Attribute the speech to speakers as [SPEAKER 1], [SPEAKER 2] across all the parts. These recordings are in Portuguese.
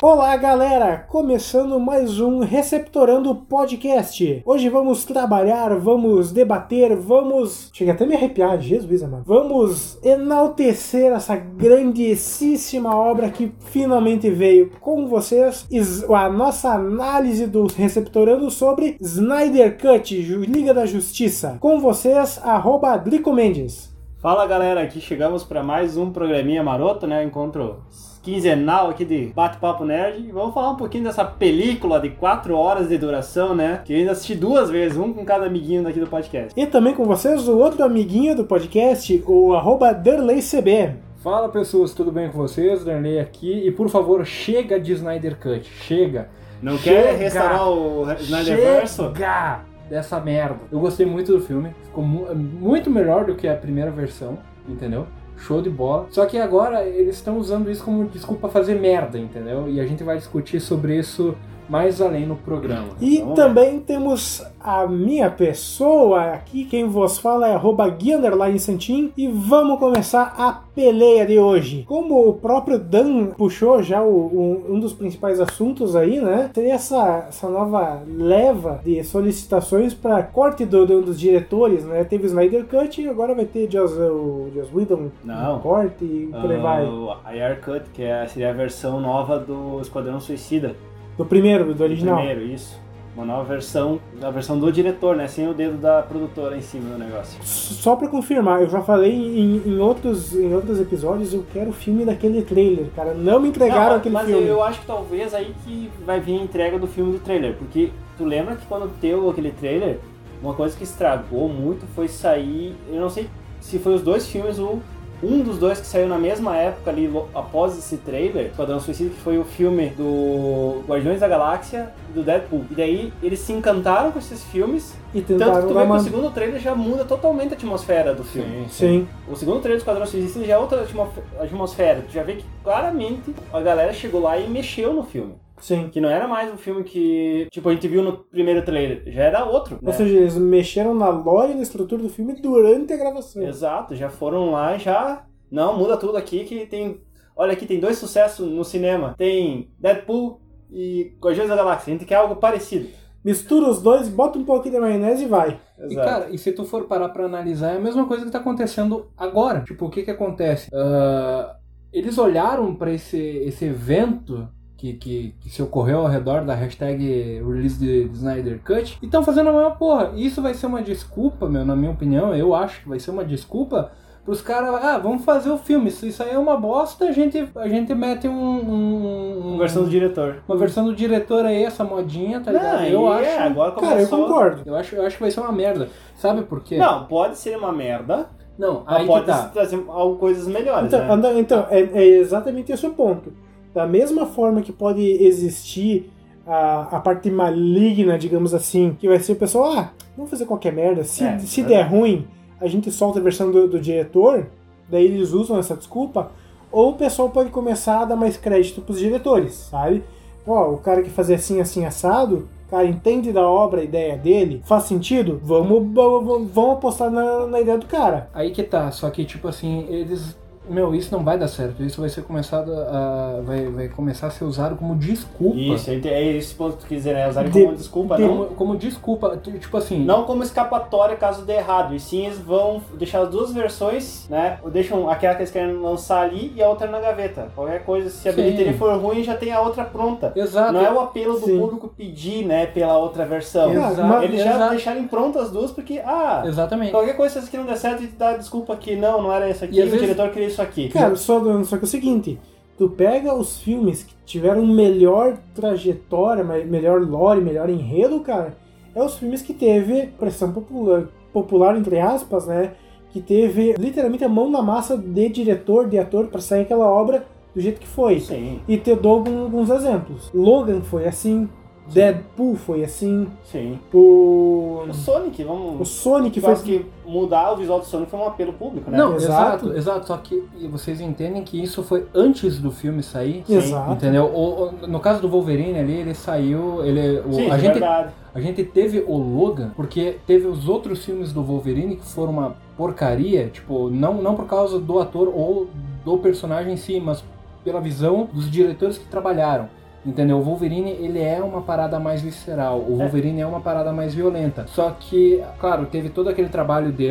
[SPEAKER 1] Olá, galera! Começando mais um Receptorando Podcast. Hoje vamos trabalhar, vamos debater, vamos. Chega até a me arrepiar, Jesus, mano. Vamos enaltecer essa grandíssima obra que finalmente veio com vocês. is- A nossa análise do Receptorando sobre Snyder Cut, Ju- Liga da Justiça. Com vocês, arroba Drico Mendes.
[SPEAKER 2] Fala galera, aqui chegamos para mais um programinha maroto, né? Encontro quinzenal aqui de Bate-Papo Nerd. E vamos falar um pouquinho dessa película de 4 horas de duração, né? Que eu ainda assisti duas vezes, um com cada amiguinho daqui do podcast.
[SPEAKER 1] E também com vocês o outro amiguinho do podcast, o arroba DerleyCB.
[SPEAKER 3] Fala pessoas, tudo bem com vocês? Darney aqui e por favor, chega de Snyder Cut, chega.
[SPEAKER 2] Não
[SPEAKER 3] Chega!
[SPEAKER 2] quer restaurar o Snyderverso?
[SPEAKER 3] Chega dessa merda. Eu gostei muito do filme, ficou mu- muito melhor do que a primeira versão, entendeu? Show de bola. Só que agora eles estão usando isso como desculpa pra fazer merda, entendeu? E a gente vai discutir sobre isso mais além no programa.
[SPEAKER 1] E
[SPEAKER 2] Então,
[SPEAKER 1] também temos a minha pessoa aqui, quem vos fala é arroba Gui underline Santin, e vamos começar a peleia de hoje. Como o próprio Dan puxou já o- o- um dos principais assuntos aí, né? Tem essa, essa nova leva de solicitações para corte do, de um dos diretores, né? Teve o Snyder Cut e agora vai ter Joss, o Joss Whedon
[SPEAKER 2] Não.
[SPEAKER 1] no corte e por aí vai.
[SPEAKER 2] Ah, o IR Cut, que é, seria a versão nova do Esquadrão Suicida.
[SPEAKER 1] Do primeiro, do original.
[SPEAKER 2] Primeiro, isso. Uma nova versão, da versão do diretor, né? Sem o dedo da produtora em cima do negócio.
[SPEAKER 1] Só pra confirmar, eu já falei em, em outros, em outros episódios, eu quero o filme daquele trailer, cara. Não me entregaram
[SPEAKER 2] Não,
[SPEAKER 1] aquele
[SPEAKER 2] mas
[SPEAKER 1] filme.
[SPEAKER 2] eu acho que talvez aí que vai vir a entrega do filme do trailer, porque tu lembra que quando teu aquele trailer, uma coisa que estragou muito foi sair, eu não sei se foi os dois filmes ou um dos dois que saiu na mesma época ali lo- após esse trailer, Esquadrão Suicida, que foi o filme do Guardiões da Galáxia e do Deadpool. E daí eles se encantaram com esses filmes,
[SPEAKER 1] E
[SPEAKER 2] tanto que
[SPEAKER 1] tentaram
[SPEAKER 2] tu
[SPEAKER 1] dar
[SPEAKER 2] vê que
[SPEAKER 1] uma...
[SPEAKER 2] o segundo trailer já muda totalmente a atmosfera do filme.
[SPEAKER 1] Sim.
[SPEAKER 2] O segundo trailer do Esquadrão Suicida já é outra atmo- atmosfera. Tu já vê que claramente a galera chegou lá e mexeu no filme.
[SPEAKER 1] Sim.
[SPEAKER 2] Que não era mais um filme que, tipo, a gente viu no primeiro trailer. Já era outro, né?
[SPEAKER 1] Ou seja, eles mexeram na lore e na estrutura do filme durante a gravação.
[SPEAKER 2] Exato, já foram lá e já... Não, muda tudo aqui que tem... Olha aqui, tem dois sucessos no cinema. Tem Deadpool e Guardiões da Galáxia. A gente quer algo parecido.
[SPEAKER 1] Mistura os dois, bota um pouquinho de maionese e vai.
[SPEAKER 3] E
[SPEAKER 2] Exato.
[SPEAKER 3] cara, e se tu for parar pra analisar, é a mesma coisa que tá acontecendo agora. Tipo, o que que acontece? Ah, eles olharam pra esse, esse evento que, que, que se ocorreu ao redor da hashtag release de, de Snyder Cut e estão fazendo a mesma porra. E Isso vai ser uma desculpa, meu, na minha opinião, eu acho que vai ser uma desculpa pros caras, ah, vamos fazer o filme, se isso aí é uma bosta, a gente, a gente mete um... um-
[SPEAKER 2] Uma versão do diretor.
[SPEAKER 3] uma versão do diretor aí, essa modinha, tá ligado?
[SPEAKER 2] Não,
[SPEAKER 3] eu,
[SPEAKER 2] e é,
[SPEAKER 3] acho,
[SPEAKER 2] agora
[SPEAKER 1] Cara, eu
[SPEAKER 2] começou-
[SPEAKER 1] concordo.
[SPEAKER 3] eu acho... Eu acho que vai ser uma merda. Sabe por quê?
[SPEAKER 2] Não, pode ser uma merda,
[SPEAKER 3] Não,
[SPEAKER 2] mas
[SPEAKER 3] aí
[SPEAKER 2] pode
[SPEAKER 3] que tá.
[SPEAKER 2] trazer algo, coisas melhores,
[SPEAKER 1] Então,
[SPEAKER 2] né?
[SPEAKER 1] anda- então, é, é exatamente esse o ponto. Da mesma forma que pode existir a, a parte maligna, digamos assim, que vai ser o pessoal, ah, vamos fazer qualquer merda. Se,
[SPEAKER 2] É,
[SPEAKER 1] se der
[SPEAKER 2] verdade.
[SPEAKER 1] ruim, a gente solta a versão do, do diretor, daí eles usam essa desculpa, ou o pessoal pode começar a dar mais crédito pros diretores, sabe? Ó, o cara que fazia assim, assim, assado, o cara entende da obra, a ideia dele, faz sentido? Vamos, vamos, vamos apostar na, na ideia do cara.
[SPEAKER 3] Aí que tá. Só que, tipo assim, eles. Meu, isso não vai dar certo. Isso vai ser começado a. Vai, vai começar a ser usado como desculpa.
[SPEAKER 2] Isso, ente- é esse ponto que tu quis dizer, né? Usarem
[SPEAKER 1] De-
[SPEAKER 2] como desculpa,
[SPEAKER 3] Como,
[SPEAKER 2] não,
[SPEAKER 3] como desculpa. tu- Tipo assim.
[SPEAKER 2] não como escapatória caso dê errado. E sim, eles vão deixar as duas versões, né? Ou deixam aquela que eles querem lançar ali e a outra na gaveta. Qualquer coisa, se a
[SPEAKER 3] Sim.
[SPEAKER 2] bilheteria for ruim, já tem a outra pronta.
[SPEAKER 3] Exato.
[SPEAKER 2] Não é o apelo do
[SPEAKER 1] Sim.
[SPEAKER 2] público pedir, né, pela outra versão.
[SPEAKER 1] Exato.
[SPEAKER 2] Eles já
[SPEAKER 3] exato,
[SPEAKER 2] deixarem prontas as duas porque, ah,
[SPEAKER 3] Exatamente.
[SPEAKER 2] qualquer coisa que não der certo, te dá desculpa que não, não era isso aqui,
[SPEAKER 3] E
[SPEAKER 2] o
[SPEAKER 3] às vezes-
[SPEAKER 2] diretor queria isso aqui.
[SPEAKER 1] Cara, só, do- só que é o seguinte, tu pega os filmes que tiveram melhor trajetória, me- melhor lore, melhor enredo, cara, é os filmes que teve pressão popular, popular entre aspas, né? Que teve literalmente a mão na massa de diretor, de ator, pra sair aquela obra do jeito que foi.
[SPEAKER 2] Sim,
[SPEAKER 1] E te dou algum- alguns exemplos. Logan foi assim, Deadpool foi assim,
[SPEAKER 2] sim.
[SPEAKER 1] o,
[SPEAKER 2] O Sonic,
[SPEAKER 1] o
[SPEAKER 2] vamos...
[SPEAKER 1] Sonic
[SPEAKER 2] Eu
[SPEAKER 1] foi
[SPEAKER 2] acho que mudar o visual do Sonic foi um apelo público, né?
[SPEAKER 3] Não,
[SPEAKER 1] Exato.
[SPEAKER 3] exato. exato, Só que vocês entendem que isso foi antes do filme sair.
[SPEAKER 2] Sim,
[SPEAKER 1] assim. Exato.
[SPEAKER 3] Entendeu? O- o- no caso do Wolverine ali, ele saiu. Ele, o,
[SPEAKER 2] Sim, isso
[SPEAKER 3] a
[SPEAKER 2] é
[SPEAKER 3] gente
[SPEAKER 2] verdade.
[SPEAKER 3] A gente teve o Logan porque teve os outros filmes do Wolverine que foram uma porcaria, tipo, não, não por causa do ator ou do personagem em si, mas pela visão dos diretores que trabalharam. Entendeu? O Wolverine, ele é uma parada mais visceral. O Wolverine é, uma parada mais violenta. Só que, claro, teve todo aquele trabalho de,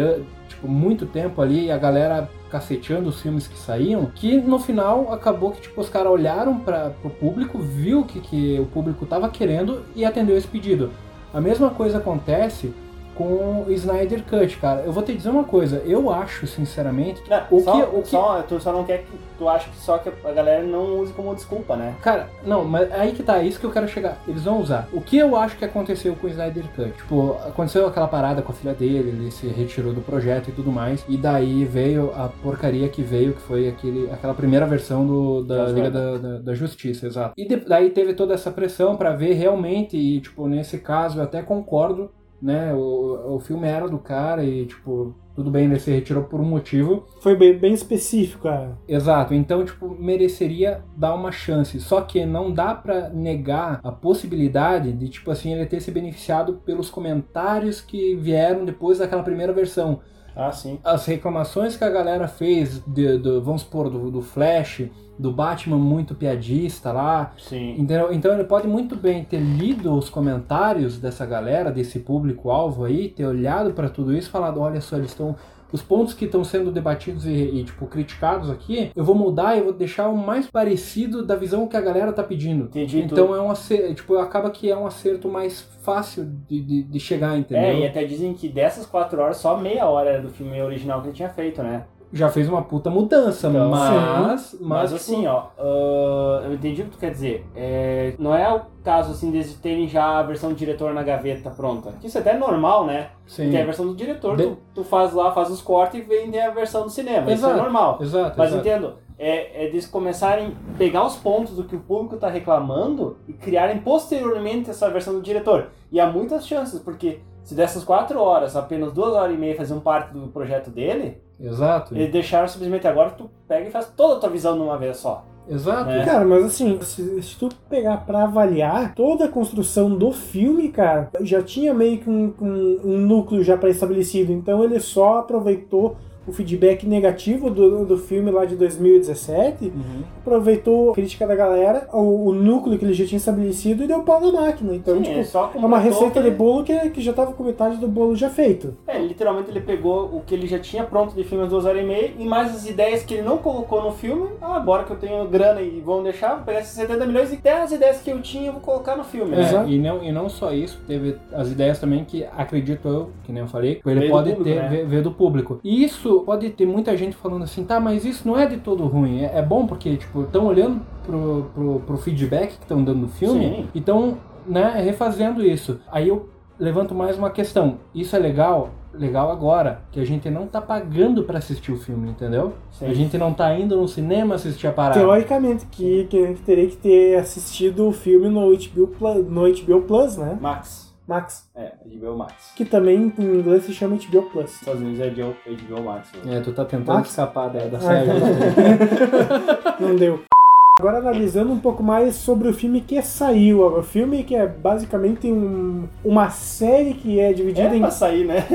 [SPEAKER 3] tipo, muito tempo ali e a galera caceteando os filmes que saíam, que no final acabou que, tipo, os caras olharam para pro público, viu o que, que o público tava querendo e atendeu esse pedido. A mesma coisa acontece com o Snyder Cut, cara. Eu vou te dizer uma coisa, eu acho, sinceramente,
[SPEAKER 2] Não,
[SPEAKER 3] O
[SPEAKER 2] só,
[SPEAKER 3] que- o que-
[SPEAKER 2] só- tu só não quer que. Tu acha que só que a galera não use como desculpa, né?
[SPEAKER 3] Cara, não, mas aí que tá, é isso que eu quero chegar. Eles vão usar. O que eu acho que aconteceu com o Snyder Cut? Tipo, aconteceu aquela parada com a filha dele, ele se retirou do projeto e tudo mais. E daí veio a porcaria que veio, que foi aquele, aquela primeira versão do, da
[SPEAKER 2] Das
[SPEAKER 3] Liga da, da, da Justiça, exato. E de- daí teve toda essa pressão pra ver realmente, e tipo, nesse caso eu até concordo, né? O, o filme era do cara e, tipo, tudo bem, ele se retirou por um motivo.
[SPEAKER 1] Foi bem, bem específico. A...
[SPEAKER 3] Exato, então, tipo, mereceria dar uma chance. Só que não dá pra negar a possibilidade de, tipo assim, ele ter se beneficiado pelos comentários que vieram depois daquela primeira versão.
[SPEAKER 2] Ah, sim.
[SPEAKER 3] As reclamações que a galera fez, de, do- vamos supor, do, do Flash, do Batman muito piadista lá.
[SPEAKER 2] Sim.
[SPEAKER 3] Entendeu? Então ele pode muito bem ter lido os comentários dessa galera, desse público-alvo aí, ter olhado pra tudo isso e falado: olha só, eles estão os pontos que estão sendo debatidos e, e, tipo criticados aqui, eu vou mudar e eu vou deixar o mais parecido da visão que a galera tá pedindo.
[SPEAKER 2] Entendi
[SPEAKER 3] Então
[SPEAKER 2] tudo.
[SPEAKER 3] é um acerto, tipo, acaba que é um acerto mais fácil de, de, de chegar,
[SPEAKER 2] É,
[SPEAKER 3] entendeu?
[SPEAKER 2] e até dizem que dessas quatro horas, só meia hora era do filme original que ele tinha feito, né?
[SPEAKER 3] Já fez uma puta mudança,
[SPEAKER 2] Então,
[SPEAKER 3] mas, mas,
[SPEAKER 2] Mas,
[SPEAKER 3] tipo,
[SPEAKER 2] assim, ó, ah, eu entendi o que tu quer dizer. É, não é o caso, assim, deles terem já a versão do diretor na gaveta pronta. Que isso até é normal, né?
[SPEAKER 3] sim.
[SPEAKER 2] Tem a versão do diretor,
[SPEAKER 3] De-
[SPEAKER 2] tu, tu faz lá, faz os cortes e vem tem a versão do cinema.
[SPEAKER 3] Exato.
[SPEAKER 2] Isso é normal.
[SPEAKER 3] Exato,
[SPEAKER 2] Mas
[SPEAKER 3] exato.
[SPEAKER 2] entendo, é, é deles começarem a pegar os pontos do que o público tá reclamando e criarem posteriormente essa versão do diretor. E há muitas chances, porque se dessas quatro horas, apenas duas horas e meia faziam parte do projeto dele,
[SPEAKER 3] Exato.
[SPEAKER 2] eles deixaram simplesmente agora tu pega e faz toda a tua visão numa vez só.
[SPEAKER 3] Exato.
[SPEAKER 2] É.
[SPEAKER 1] Cara, mas assim, se, se tu pegar pra avaliar toda a construção do filme, cara, já tinha meio que um, um- um núcleo já pré-estabelecido. Então ele só aproveitou o feedback negativo do, do filme lá de 2017
[SPEAKER 2] Uhum.
[SPEAKER 1] aproveitou a crítica da galera, o, o núcleo que ele já tinha estabelecido e deu pau na máquina. Então,
[SPEAKER 2] Sim,
[SPEAKER 1] tipo,
[SPEAKER 2] ele só
[SPEAKER 1] é uma
[SPEAKER 2] completou
[SPEAKER 1] receita de
[SPEAKER 2] aquele-
[SPEAKER 1] bolo que, que já tava com metade do bolo já feito.
[SPEAKER 2] É, literalmente ele pegou o que ele já tinha pronto de filme às duas horas e meia e mais as ideias que ele não colocou no filme. Ah, agora que eu tenho grana e vão deixar, vou pegar esses 70 milhões e até as ideias que eu tinha eu vou colocar no filme.
[SPEAKER 3] É,
[SPEAKER 2] né?
[SPEAKER 1] Exato.
[SPEAKER 3] e, não, e não só isso, teve as ideias também que, acredito eu, que nem eu falei, que
[SPEAKER 2] Veio
[SPEAKER 3] ele
[SPEAKER 2] do
[SPEAKER 3] pode
[SPEAKER 2] público,
[SPEAKER 3] ter,
[SPEAKER 2] né?
[SPEAKER 3] ver, ver do público. E isso pode ter muita gente falando assim, tá, mas isso não é de todo ruim. É, é bom porque, tipo, estão olhando pro, pro, pro feedback que estão dando do filme
[SPEAKER 2] Sim.
[SPEAKER 3] e estão, né, refazendo isso. Aí eu levanto mais uma questão. Isso é legal? Legal agora, que a gente não tá pagando pra assistir o filme, entendeu?
[SPEAKER 2] Sim.
[SPEAKER 3] A gente não tá indo no cinema assistir a
[SPEAKER 2] É.
[SPEAKER 3] parada.
[SPEAKER 1] Teoricamente, que, que teria que ter assistido o filme no HBO, Plus, no HBO Plus, né?
[SPEAKER 2] Max.
[SPEAKER 1] Max.
[SPEAKER 2] É, HBO Max.
[SPEAKER 1] Que também em inglês se chama HBO Plus.
[SPEAKER 2] Estados Unidos é HBO, HBO Max. né?
[SPEAKER 3] É, tu tá tentando
[SPEAKER 1] Ah.
[SPEAKER 3] escapar da, da
[SPEAKER 1] Ah,
[SPEAKER 3] série.
[SPEAKER 1] tá. Não deu. Agora analisando um pouco mais sobre o filme que saiu. O filme que é basicamente um- uma série que é dividida
[SPEAKER 2] Era
[SPEAKER 1] em
[SPEAKER 2] pra sair, né?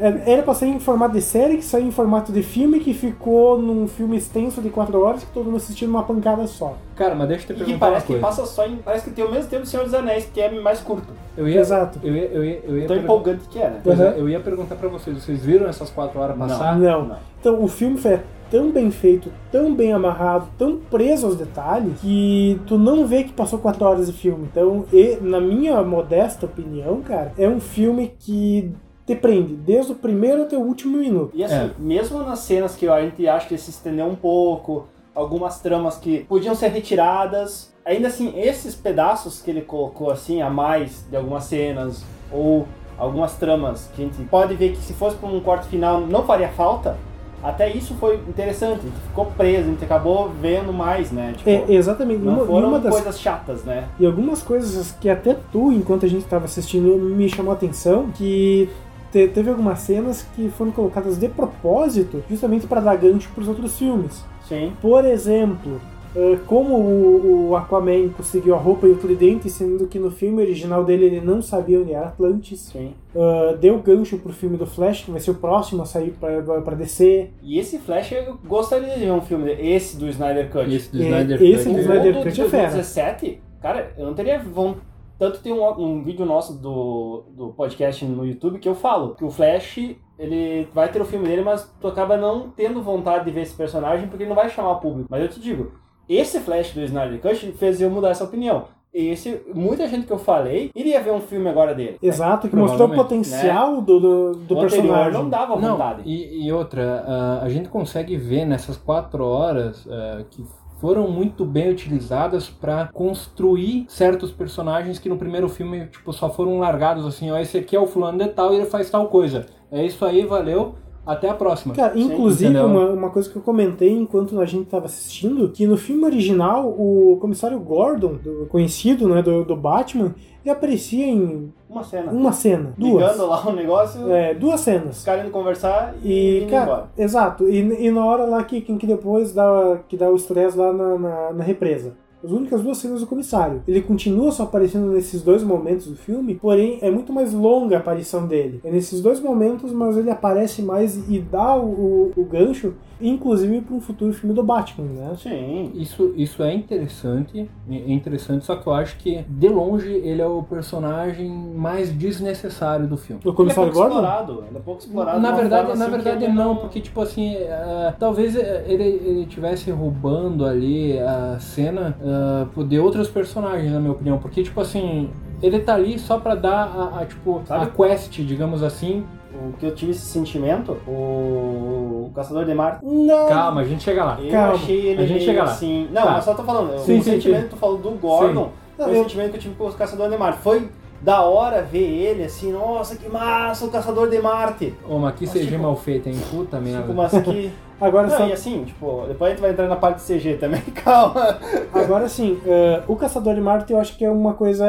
[SPEAKER 1] É, Era pra sair em formato de série, que saiu em formato de filme, que ficou num filme extenso de 4 horas, que todo mundo assistiu numa pancada só.
[SPEAKER 3] Cara, mas deixa eu
[SPEAKER 2] E
[SPEAKER 3] te
[SPEAKER 2] que
[SPEAKER 3] perguntar uma
[SPEAKER 2] parece que
[SPEAKER 3] coisa.
[SPEAKER 2] passa só em. Parece que tem o mesmo tempo do Senhor dos Anéis, que é mais curto.
[SPEAKER 3] Eu ia,
[SPEAKER 1] Exato.
[SPEAKER 3] eu ia, eu ia, eu ia
[SPEAKER 2] Tão
[SPEAKER 3] pergun-
[SPEAKER 2] empolgante que é, né?
[SPEAKER 3] Pois é,
[SPEAKER 1] Uhum.
[SPEAKER 3] eu ia perguntar pra vocês, vocês viram essas quatro horas
[SPEAKER 2] Não.
[SPEAKER 3] passar?
[SPEAKER 1] não.
[SPEAKER 2] Não.
[SPEAKER 1] Então o filme foi tão bem feito, tão bem amarrado, tão preso aos detalhes, que tu não vê que passou 4 horas de filme. Então, e, na minha modesta opinião, cara, é um filme que te prende desde o primeiro até o último minuto.
[SPEAKER 2] E assim,
[SPEAKER 3] É.
[SPEAKER 2] mesmo nas cenas que a gente acha que se estendeu um pouco, algumas tramas que podiam ser retiradas, ainda assim, esses pedaços que ele colocou assim a mais de algumas cenas ou algumas tramas que a gente pode ver que se fosse para um corte final não faria falta, até isso foi interessante, a gente ficou preso, a gente acabou vendo mais, né? Tipo,
[SPEAKER 1] É, exatamente.
[SPEAKER 2] não
[SPEAKER 1] Uma,
[SPEAKER 2] foram
[SPEAKER 1] uma das
[SPEAKER 2] coisas chatas, né?
[SPEAKER 1] E algumas coisas que até tu, enquanto a gente estava assistindo, me chamou a atenção, que te- teve algumas cenas que foram colocadas de propósito, justamente para dar gancho para os outros filmes.
[SPEAKER 2] Sim.
[SPEAKER 1] Por exemplo, eh, como o, o Aquaman conseguiu a roupa e o tridente, sendo que no filme original dele ele não sabia onde era Atlantis.
[SPEAKER 2] Sim.
[SPEAKER 1] Ah, deu gancho pro filme do Flash, que vai ser o próximo a sair pra, pra- pra DC.
[SPEAKER 2] E esse Flash, eu gostaria de ver um filme, dele, esse do Snyder Cut.
[SPEAKER 3] Esse do
[SPEAKER 1] É,
[SPEAKER 3] Snyder
[SPEAKER 1] esse
[SPEAKER 2] O
[SPEAKER 1] do
[SPEAKER 3] Cut.
[SPEAKER 1] Snyder-
[SPEAKER 2] outro
[SPEAKER 1] Cut
[SPEAKER 2] de
[SPEAKER 1] é fera.
[SPEAKER 2] 2017, cara, eu não teria von- Tanto tem um, um vídeo nosso do, do podcast no YouTube que eu falo que o Flash, ele vai ter o filme dele, mas tu acaba não tendo vontade de ver esse personagem porque ele não vai chamar público. Mas eu te digo, esse Flash do Snyder Cut fez eu mudar essa opinião. Esse, muita gente que eu falei iria ver um filme agora dele.
[SPEAKER 1] Exato, que mostrou o
[SPEAKER 3] Provavelmente,
[SPEAKER 1] potencial do, do, do
[SPEAKER 2] né? o anterior
[SPEAKER 1] personagem.
[SPEAKER 2] não dava
[SPEAKER 3] Não,
[SPEAKER 2] vontade.
[SPEAKER 3] e, e outra, ah, a gente consegue ver nessas quatro horas ah, que foram muito bem utilizadas pra construir certos personagens que no primeiro filme tipo só foram largados assim, ó, esse aqui é o fulano de tal e ele faz tal coisa. É isso aí, valeu, até a próxima.
[SPEAKER 1] Cara,
[SPEAKER 2] Sim,
[SPEAKER 1] inclusive,
[SPEAKER 3] entendeu?
[SPEAKER 1] uma, uma coisa que eu comentei enquanto a gente estava assistindo, que no filme original, o comissário Gordon, do- conhecido né, do, do Batman, ele aparecia em
[SPEAKER 2] Uma cena.
[SPEAKER 1] uma cena,
[SPEAKER 2] Ligando
[SPEAKER 1] duas.
[SPEAKER 2] lá o negócio,
[SPEAKER 1] É, duas
[SPEAKER 2] os
[SPEAKER 1] cenas.
[SPEAKER 2] caras indo conversar e,
[SPEAKER 1] E,
[SPEAKER 2] indo embora.
[SPEAKER 1] cara, exato. E, e na hora lá que, que que depois dá, que dá o estresse lá na, na, na represa. As únicas duas cenas do comissário. Ele continua só aparecendo nesses dois momentos do filme, porém é muito mais longa a aparição dele. É nesses dois momentos, mas ele aparece mais e dá o, o, o gancho, inclusive para um futuro filme do Batman, né?
[SPEAKER 2] Sim.
[SPEAKER 3] Isso, isso é interessante, é interessante, só que eu acho que de longe ele é o personagem mais desnecessário do filme.
[SPEAKER 1] O
[SPEAKER 2] Ele é
[SPEAKER 1] comissário
[SPEAKER 2] pouco
[SPEAKER 1] Gordon?
[SPEAKER 2] explorado. Ele é pouco explorado. de
[SPEAKER 3] Na
[SPEAKER 2] uma
[SPEAKER 3] verdade,
[SPEAKER 2] forma
[SPEAKER 3] na
[SPEAKER 2] assim que
[SPEAKER 3] verdade
[SPEAKER 2] ele
[SPEAKER 3] não, porque tipo assim, ah, talvez eh, ele ele tivesse roubando ali a cena ah, por de outros personagens, na minha opinião, porque tipo assim, ele tá ali só pra dar a, a, tipo
[SPEAKER 2] Sabe?
[SPEAKER 3] a quest, digamos assim.
[SPEAKER 2] O que eu tive esse sentimento, o, o Caçador de Marte,
[SPEAKER 1] Não!
[SPEAKER 3] Calma, a gente chega lá.
[SPEAKER 2] eu
[SPEAKER 1] Calma,
[SPEAKER 2] achei ele
[SPEAKER 3] a gente
[SPEAKER 2] meio
[SPEAKER 3] chega lá.
[SPEAKER 2] assim... Não,
[SPEAKER 3] Tá.
[SPEAKER 2] eu só tô falando.
[SPEAKER 3] Sim,
[SPEAKER 2] o
[SPEAKER 3] sim,
[SPEAKER 2] sentimento que tu falou do Gordon
[SPEAKER 1] Não,
[SPEAKER 2] foi o
[SPEAKER 1] eu-
[SPEAKER 2] sentimento que eu tive com o Caçador de Marte. Foi da hora ver ele assim, nossa, que massa, o Caçador de Marte.
[SPEAKER 3] Ô, mas que
[SPEAKER 2] Mas,
[SPEAKER 3] CG
[SPEAKER 2] tipo,
[SPEAKER 3] mal feita, hein? Puta
[SPEAKER 2] Tipo,
[SPEAKER 3] merda.
[SPEAKER 2] mas que...
[SPEAKER 1] Agora só
[SPEAKER 2] Não, e assim, tipo, depois a gente vai entrar na parte de CG também, calma.
[SPEAKER 1] Agora sim, eh, o Caçador de Marte eu acho que é uma coisa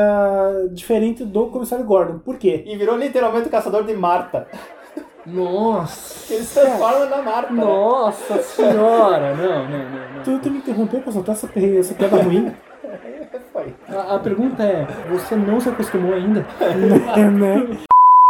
[SPEAKER 1] diferente do Comissário Gordon. Por quê?
[SPEAKER 2] E virou literalmente o Caçador de Marta.
[SPEAKER 3] Nossa!
[SPEAKER 2] Ele se transforma na Marta. né?
[SPEAKER 3] Nossa senhora! Não, não, não. não.
[SPEAKER 1] Tu, tu me interrompeu pra soltar essa, pe- essa piada ruim?
[SPEAKER 2] né? Foi.
[SPEAKER 3] A, a pergunta é, você não se acostumou ainda?
[SPEAKER 1] né? né?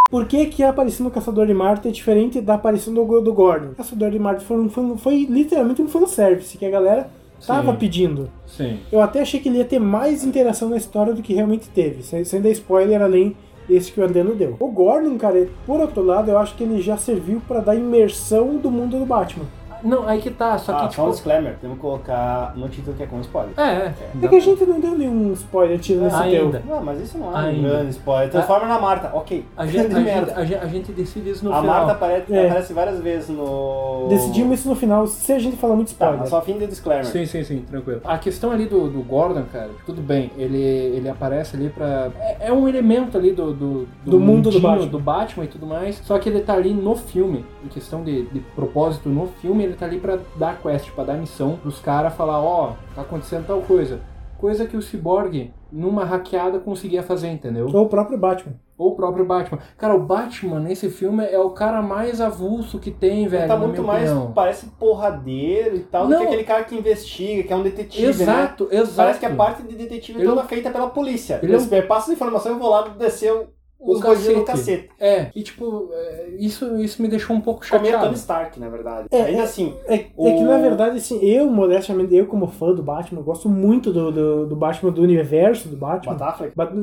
[SPEAKER 1] Por que, que a aparição do Caçador de Marte é diferente da aparição do, do Gordon? O Caçador de Marte foi, um fan- foi literalmente um fanservice que a galera tava
[SPEAKER 3] Sim.
[SPEAKER 1] pedindo.
[SPEAKER 3] Sim.
[SPEAKER 1] Eu até achei que ele ia ter mais interação na história do que realmente teve, sem, sem dar spoiler além desse que o Adriano deu. O Gordon, cara, por outro lado, eu acho que ele já serviu pra dar imersão do mundo do Batman.
[SPEAKER 3] Não, aí que tá, só que
[SPEAKER 2] Ah, só um
[SPEAKER 3] tipo...
[SPEAKER 2] disclaimer, temos que colocar no título que é com spoiler.
[SPEAKER 3] É,
[SPEAKER 1] É que a gente não deu nenhum spoiler tirando esse
[SPEAKER 3] Ainda.
[SPEAKER 1] teu.
[SPEAKER 2] Não, mas isso não é um
[SPEAKER 3] Ainda.
[SPEAKER 2] grande spoiler. Transforma na Marta, ok.
[SPEAKER 3] A gente,
[SPEAKER 2] De
[SPEAKER 3] a, gente,
[SPEAKER 2] merda.
[SPEAKER 3] a, gente, a gente decide isso no
[SPEAKER 2] A
[SPEAKER 3] final.
[SPEAKER 2] Marta aparece,
[SPEAKER 1] É.
[SPEAKER 2] aparece várias vezes no.
[SPEAKER 1] Decidimos isso no final, se a gente falar muito
[SPEAKER 2] Tá,
[SPEAKER 3] Ah,
[SPEAKER 1] spoiler.
[SPEAKER 2] mas só fim de disclaimer.
[SPEAKER 3] Sim, sim, sim, tranquilo. A questão ali do, do Gordon, cara, tudo bem, ele, ele aparece ali pra. É, é um elemento ali do, do,
[SPEAKER 1] Do mundo do
[SPEAKER 3] mundinho
[SPEAKER 1] Batman.
[SPEAKER 3] do Batman e tudo mais, só que ele tá ali no filme, em questão de, de propósito no filme, ele tá ali pra dar quest, pra dar missão pros caras falar: ó, tá acontecendo tal coisa. Coisa que o Cyborg, numa hackeada, conseguia fazer, entendeu?
[SPEAKER 1] Ou o próprio Batman.
[SPEAKER 3] Ou o próprio Batman. Cara, o Batman nesse filme é o cara mais avulso que tem, velho.
[SPEAKER 2] Ele tá
[SPEAKER 3] é, na
[SPEAKER 2] muito
[SPEAKER 3] minha
[SPEAKER 2] mais.
[SPEAKER 3] opinião.
[SPEAKER 2] Parece porradeiro e tal, do que
[SPEAKER 3] Não.
[SPEAKER 2] aquele cara que investiga, que é um detetive, né?
[SPEAKER 3] Exato, exato.
[SPEAKER 2] Parece que a parte de detetive é
[SPEAKER 3] Ele- um-
[SPEAKER 2] toda feita pela polícia.
[SPEAKER 3] Ele é
[SPEAKER 2] Eles passam as informações, eu vou lá descer o-
[SPEAKER 3] O
[SPEAKER 2] os bandidos no
[SPEAKER 3] cacete.
[SPEAKER 2] cacete.
[SPEAKER 3] É, e tipo, é, isso, isso me deixou um pouco
[SPEAKER 2] Comia
[SPEAKER 3] chateado.
[SPEAKER 2] Tony Stark, na verdade.
[SPEAKER 1] É,
[SPEAKER 2] Ainda
[SPEAKER 1] é.
[SPEAKER 2] assim,
[SPEAKER 1] É, é que na verdade, assim, eu, modestamente, eu como fã do Batman, eu gosto muito do, do, do Batman, do universo do
[SPEAKER 2] o
[SPEAKER 1] Batman.
[SPEAKER 2] Batafleck.
[SPEAKER 1] Bat-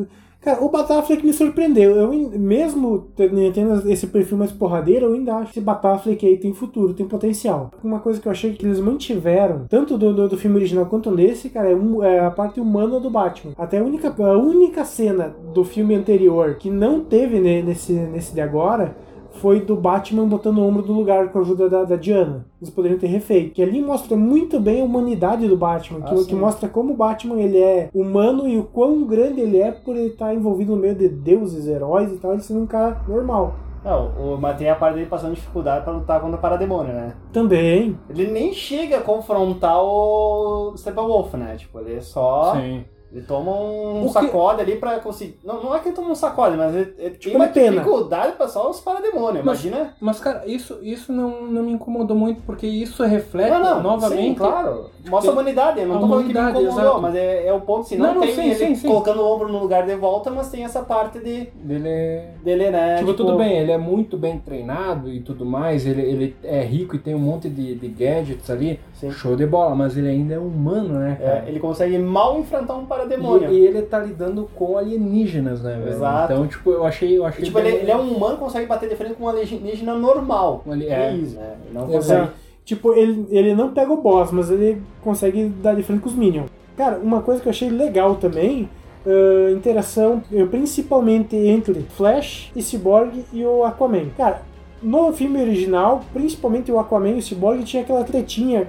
[SPEAKER 1] Cara, o Batafleck me surpreendeu. Eu, in- mesmo ten- tendo esse perfil mais porradeiro, eu ainda acho que esse Batafleck aí tem futuro, tem potencial. Uma coisa que eu achei que eles mantiveram, tanto do, do, do filme original quanto nesse, cara, é, um- é a parte humana do Batman. Até a única, a única cena do filme anterior que não teve ne- nesse, nesse de agora foi do Batman botando o ombro do lugar com a ajuda da, da Diana. Eles poderiam ter refeito. Que ali mostra muito bem a humanidade do Batman, que,
[SPEAKER 2] Ah, sim.
[SPEAKER 1] que mostra como o Batman ele é humano e o quão grande ele é por ele estar envolvido no meio de deuses, heróis e tal, ele sendo um cara normal.
[SPEAKER 2] Não, o- mas tem a parte dele passando dificuldade pra lutar contra o parademônio, né?
[SPEAKER 1] Também.
[SPEAKER 2] Ele nem chega a confrontar o Steppenwolf, né? Tipo, ele só
[SPEAKER 3] Sim.
[SPEAKER 2] Ele toma um
[SPEAKER 1] O que-
[SPEAKER 2] sacode ali pra conseguir. Não, não é que ele toma um sacode, mas ele, ele
[SPEAKER 1] Tipo,
[SPEAKER 2] tem uma
[SPEAKER 1] ele pena.
[SPEAKER 2] dificuldade pra só os parademônios.
[SPEAKER 3] Mas-
[SPEAKER 2] Imagina.
[SPEAKER 3] Mas, cara, isso, isso não, não me incomodou muito, porque isso reflete
[SPEAKER 2] não, não,
[SPEAKER 3] é novamente.
[SPEAKER 2] sim, claro. Mostra a humanidade. Eu não
[SPEAKER 3] A
[SPEAKER 2] tô falando que me
[SPEAKER 3] humanidade,
[SPEAKER 2] incomodou,
[SPEAKER 3] exato.
[SPEAKER 2] mas é, é o ponto assim. Não,
[SPEAKER 3] Não, não,
[SPEAKER 2] tem
[SPEAKER 3] sim,
[SPEAKER 2] ele
[SPEAKER 3] sim, sim.
[SPEAKER 2] colocando o ombro no lugar de volta, mas tem essa parte de,
[SPEAKER 3] Dele é.
[SPEAKER 2] dele, né?
[SPEAKER 3] tipo, tudo bem, ele é muito bem treinado e tudo mais, ele, ele é rico e tem um monte de, de gadgets ali,
[SPEAKER 2] Sim.
[SPEAKER 3] show de bola, mas ele ainda é humano, né, cara?
[SPEAKER 2] É, ele consegue mal enfrentar um
[SPEAKER 3] e,
[SPEAKER 2] parademônio.
[SPEAKER 3] e ele tá lidando com alienígenas, né, velho?
[SPEAKER 2] Exato.
[SPEAKER 3] Então, tipo, eu achei. Eu achei
[SPEAKER 2] tipo, ele,
[SPEAKER 3] bem-
[SPEAKER 2] ele é um humano que consegue bater de frente com um alienígena normal.
[SPEAKER 3] Ele
[SPEAKER 2] É
[SPEAKER 3] é.
[SPEAKER 2] isso. né? Ele não
[SPEAKER 1] Exato.
[SPEAKER 2] consegue.
[SPEAKER 1] Tipo, ele, ele não pega o boss, mas ele consegue dar de frente com os Minions. Cara, uma coisa que eu achei legal também, a interação eh, principalmente entre Flash e Cyborg e o Aquaman. Cara, no filme original, principalmente o Aquaman e o Cyborg tinha aquela tretinha,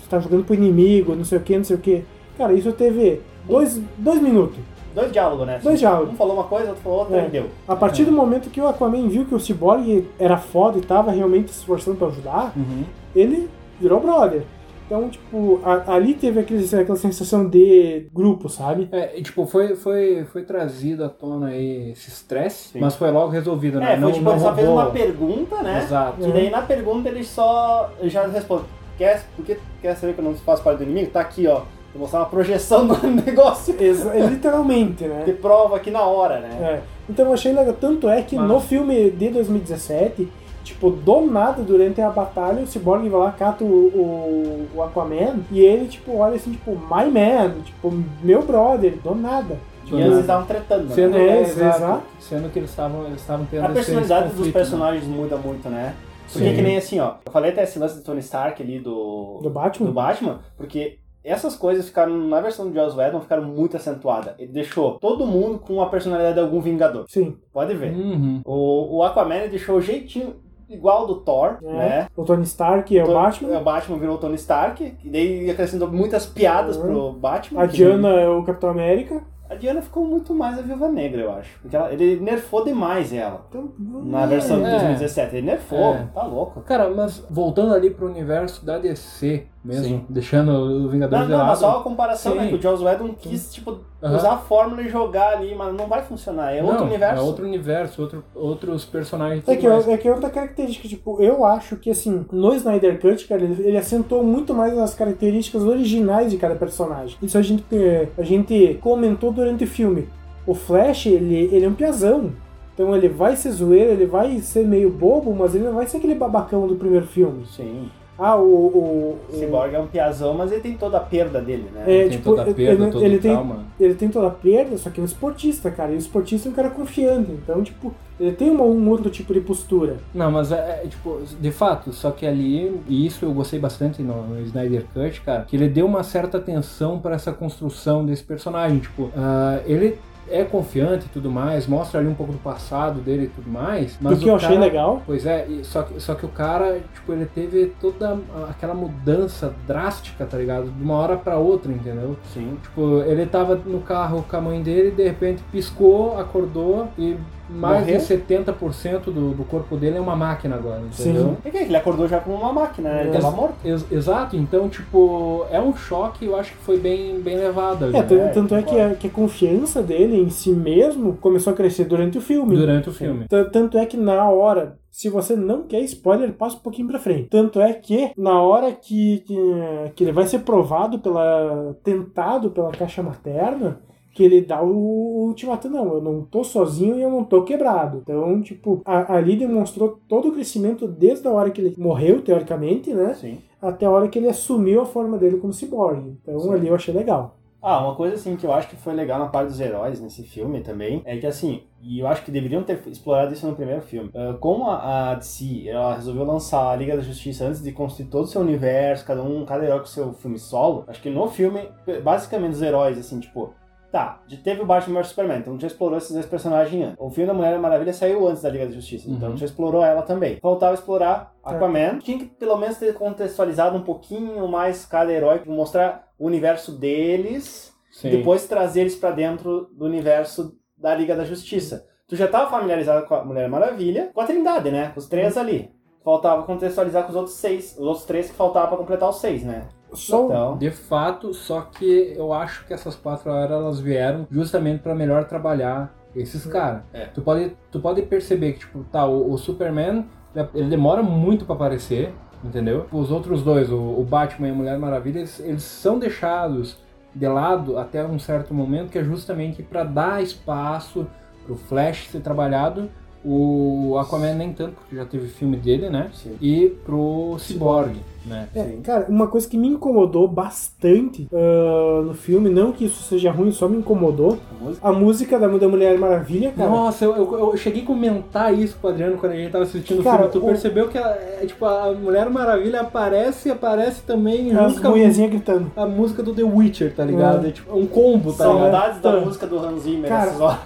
[SPEAKER 1] você tá jogando pro inimigo, não sei o que, não sei o que. Cara, isso teve dois, dois minutos.
[SPEAKER 2] Dois diálogos, né?
[SPEAKER 1] Dois diálogos.
[SPEAKER 2] Um falou uma coisa, outro falou outra,
[SPEAKER 1] É.
[SPEAKER 2] e deu.
[SPEAKER 1] A partir do momento que o Aquaman viu que o Cyborg era foda e tava realmente se esforçando pra ajudar,
[SPEAKER 3] Uhum.
[SPEAKER 1] ele virou brother. Então, tipo, a- ali teve aquele, aquela sensação de grupo, sabe?
[SPEAKER 3] É, e, tipo, foi, foi, foi trazido à tona aí esse estresse,
[SPEAKER 2] Sim.
[SPEAKER 3] mas foi logo resolvido, né?
[SPEAKER 2] É,
[SPEAKER 3] não,
[SPEAKER 2] foi tipo,
[SPEAKER 3] não
[SPEAKER 2] ele só fez
[SPEAKER 3] roubou.
[SPEAKER 2] uma pergunta, né?
[SPEAKER 3] Exato.
[SPEAKER 2] E daí
[SPEAKER 1] Uhum.
[SPEAKER 2] na pergunta ele só ele já responde. Quer, por que quer saber que eu não faço parte do inimigo? Tá aqui, ó. Vou mostrar uma projeção do negócio.
[SPEAKER 1] Ex- é literalmente,
[SPEAKER 2] De
[SPEAKER 1] né?
[SPEAKER 2] prova aqui na hora, né?
[SPEAKER 1] É. Então eu achei legal. Tanto é que
[SPEAKER 2] Mas-
[SPEAKER 1] no filme de 2017, tipo, do nada, durante a batalha, o Cyborg vai lá, cata o, o, o Aquaman, e ele, tipo, olha assim, tipo, my man, tipo, meu brother, do nada.
[SPEAKER 2] E
[SPEAKER 3] Uhum.
[SPEAKER 2] eles estavam tretando.
[SPEAKER 3] Sendo,
[SPEAKER 2] Né?
[SPEAKER 1] É,
[SPEAKER 3] é,
[SPEAKER 1] exato.
[SPEAKER 3] exato. Sendo que eles estavam eles estavam tendo
[SPEAKER 2] A
[SPEAKER 3] esse
[SPEAKER 2] personalidade dos
[SPEAKER 3] conflito,
[SPEAKER 2] personagens muda muito, né?
[SPEAKER 3] Né?
[SPEAKER 2] Porque
[SPEAKER 3] Sim.
[SPEAKER 2] que nem assim, ó. Eu falei até esse lance do Tony Stark ali do.
[SPEAKER 1] Do Batman?
[SPEAKER 2] do Batman, porque essas coisas ficaram, na versão do Joss Whedon, ficaram muito acentuadas. Ele deixou todo mundo com a personalidade de algum Vingador.
[SPEAKER 1] Sim,
[SPEAKER 2] Pode ver.
[SPEAKER 3] Uhum.
[SPEAKER 2] O, o Aquaman ele deixou o jeitinho igual do Thor,
[SPEAKER 1] É.
[SPEAKER 2] né?
[SPEAKER 1] o Tony Stark é o
[SPEAKER 2] Tony-
[SPEAKER 1] Batman,
[SPEAKER 2] O Batman virou o Tony Stark, e daí ele acrescentou muitas piadas
[SPEAKER 1] Uhum.
[SPEAKER 2] pro Batman.
[SPEAKER 1] a
[SPEAKER 2] que-
[SPEAKER 1] Diana é o Capitão América.
[SPEAKER 2] A Diana ficou muito mais a Viúva Negra, eu acho. Porque ela- ele nerfou demais ela.
[SPEAKER 1] Então,
[SPEAKER 2] Na versão de
[SPEAKER 3] é.
[SPEAKER 2] 2017. Ele nerfou,
[SPEAKER 3] É.
[SPEAKER 2] tá louco.
[SPEAKER 3] Cara, mas voltando ali pro universo da DC mesmo, deixando o Vingadores
[SPEAKER 2] Não,
[SPEAKER 3] de
[SPEAKER 2] não, mas
[SPEAKER 3] lado.
[SPEAKER 2] só a comparação, né?
[SPEAKER 3] Sim.
[SPEAKER 2] Que o Joss Whedon quis, tipo,
[SPEAKER 3] Aham.
[SPEAKER 2] usar a fórmula e jogar ali, mas não vai funcionar. É outro
[SPEAKER 3] Não,
[SPEAKER 2] universo.
[SPEAKER 3] É outro universo, outro, outros personagens.
[SPEAKER 1] É
[SPEAKER 3] tudo
[SPEAKER 1] que,
[SPEAKER 3] mais.
[SPEAKER 1] é que é outra característica, tipo, eu acho que assim, no Snyder Cut, cara, ele, ele acentuou muito mais as características originais de cada personagem. Isso a gente, eh, a gente comentou durante o filme. O Flash, ele, ele é um piazão. Então ele vai ser zoeiro, ele vai ser meio bobo, mas ele não vai ser aquele babacão do primeiro filme.
[SPEAKER 2] Sim.
[SPEAKER 1] Ah, o. o,
[SPEAKER 2] O
[SPEAKER 1] o-
[SPEAKER 2] Cyborg é um piazão, mas ele tem toda a perda dele, né?
[SPEAKER 1] é,
[SPEAKER 3] tem
[SPEAKER 1] tipo,
[SPEAKER 3] toda a
[SPEAKER 1] ele-
[SPEAKER 3] perda,
[SPEAKER 1] ele-
[SPEAKER 3] todo
[SPEAKER 1] ele
[SPEAKER 3] o
[SPEAKER 1] tem-
[SPEAKER 3] trauma.
[SPEAKER 1] ele tem toda a perda, só que é um esportista, cara. E o esportista é um cara confiante. Então, tipo, ele tem uma- um outro tipo de postura.
[SPEAKER 3] Não, mas é, é, tipo, de fato, só que ali, e isso eu gostei bastante no, no Snyder Cut, cara, que ele deu uma certa atenção pra essa construção desse personagem. Tipo, ah, ele é confiante e tudo mais, mostra ali um pouco do passado dele e tudo mais. Mas
[SPEAKER 1] o que eu achei
[SPEAKER 3] cara-
[SPEAKER 1] legal.
[SPEAKER 3] Pois é, e só que, só que o cara, tipo, ele teve toda aquela mudança drástica, tá ligado? De uma hora pra outra, entendeu?
[SPEAKER 2] Sim.
[SPEAKER 3] Tipo, ele tava no carro com a mãe dele, de repente piscou, acordou e mais
[SPEAKER 2] Morreu?
[SPEAKER 3] de 70% do, do corpo dele é uma máquina agora, entendeu?
[SPEAKER 1] Sim.
[SPEAKER 2] E É que ele acordou já com uma máquina, né? Ele
[SPEAKER 1] É.
[SPEAKER 2] tava morto.
[SPEAKER 3] Ex- exato, então, tipo, é um choque, eu acho que foi bem, bem levado. ali,
[SPEAKER 1] É,
[SPEAKER 3] né?
[SPEAKER 1] tan- tanto é que a, que a confiança dele em si mesmo começou a crescer durante o um filme.
[SPEAKER 3] Durante o filme.
[SPEAKER 1] Tan- Tanto é que na hora, se você não quer spoiler, passa um pouquinho pra frente. Tanto é que na hora que, que, que ele vai ser provado pela. tentado pela caixa materna, que ele dá o, o ultimato, não, eu não tô sozinho e eu não tô quebrado. Então, tipo, a, ali demonstrou todo o crescimento desde a hora que ele morreu, teoricamente, né?
[SPEAKER 2] Sim.
[SPEAKER 1] Até a hora que ele assumiu a forma dele como ciborgue. Então
[SPEAKER 2] Sim.
[SPEAKER 1] ali eu achei legal.
[SPEAKER 2] Ah, uma coisa assim que eu acho que foi legal na parte dos heróis nesse filme também é que assim, e eu acho que deveriam ter explorado isso no primeiro filme. Ah, como a, a DC ela resolveu lançar a Liga da Justiça antes de construir todo o seu universo, cada um, cada herói com seu filme solo, acho que no filme, basicamente os heróis, assim, tipo. Tá, já teve o Batman vs Superman, então já explorou esses dois personagens antes. O filme da Mulher Maravilha saiu antes da Liga da Justiça, então
[SPEAKER 3] Uhum.
[SPEAKER 2] já explorou ela também. Faltava explorar
[SPEAKER 1] Tá.
[SPEAKER 2] Aquaman. Tinha que pelo menos ter contextualizado um pouquinho mais cada herói, pra mostrar o universo deles
[SPEAKER 3] Sim.
[SPEAKER 2] depois trazer eles pra dentro do universo da Liga da Justiça. Tu já tava familiarizado com a Mulher Maravilha, com a Trindade,
[SPEAKER 1] Uhum.
[SPEAKER 2] né? Com os três ali. Faltava contextualizar com os outros seis, os outros três que faltava pra completar os seis, né?
[SPEAKER 1] Só um
[SPEAKER 2] Então,
[SPEAKER 3] De fato, só que eu acho que essas quatro horas elas vieram justamente pra melhor trabalhar esses caras.
[SPEAKER 2] É.
[SPEAKER 3] Tu, pode, tu pode perceber que, tipo, tá, o, o Superman, né, ele demora muito pra aparecer, entendeu? Os outros dois, o, o Batman e a Mulher Maravilha, eles, eles são deixados de lado até um certo momento, que é justamente pra dar espaço pro Flash ser trabalhado, o Aquaman nem tanto, porque já teve filme dele, né?
[SPEAKER 2] sim.
[SPEAKER 3] E pro Cyborg, né?
[SPEAKER 1] É,
[SPEAKER 2] Sim.
[SPEAKER 1] cara, uma coisa que me incomodou bastante ah, no filme, não que isso seja ruim, só me incomodou,
[SPEAKER 2] A música.
[SPEAKER 1] a música da da Mulher Maravilha, cara.
[SPEAKER 3] Nossa, eu, eu, eu cheguei a comentar isso com o Adriano quando a gente tava assistindo
[SPEAKER 1] Cara,
[SPEAKER 3] o filme. Tu
[SPEAKER 1] o-
[SPEAKER 3] percebeu que ela- é, tipo, a Mulher Maravilha aparece e aparece também
[SPEAKER 1] As
[SPEAKER 3] junto com a,
[SPEAKER 1] mulherzinhas gritando.
[SPEAKER 3] a música do The Witcher, tá ligado?
[SPEAKER 1] É.
[SPEAKER 3] É, tipo, é um combo, tá ligado?
[SPEAKER 2] Saudades da
[SPEAKER 1] Então,
[SPEAKER 2] música do Hans Zimmer
[SPEAKER 1] cara,
[SPEAKER 2] nessas horas.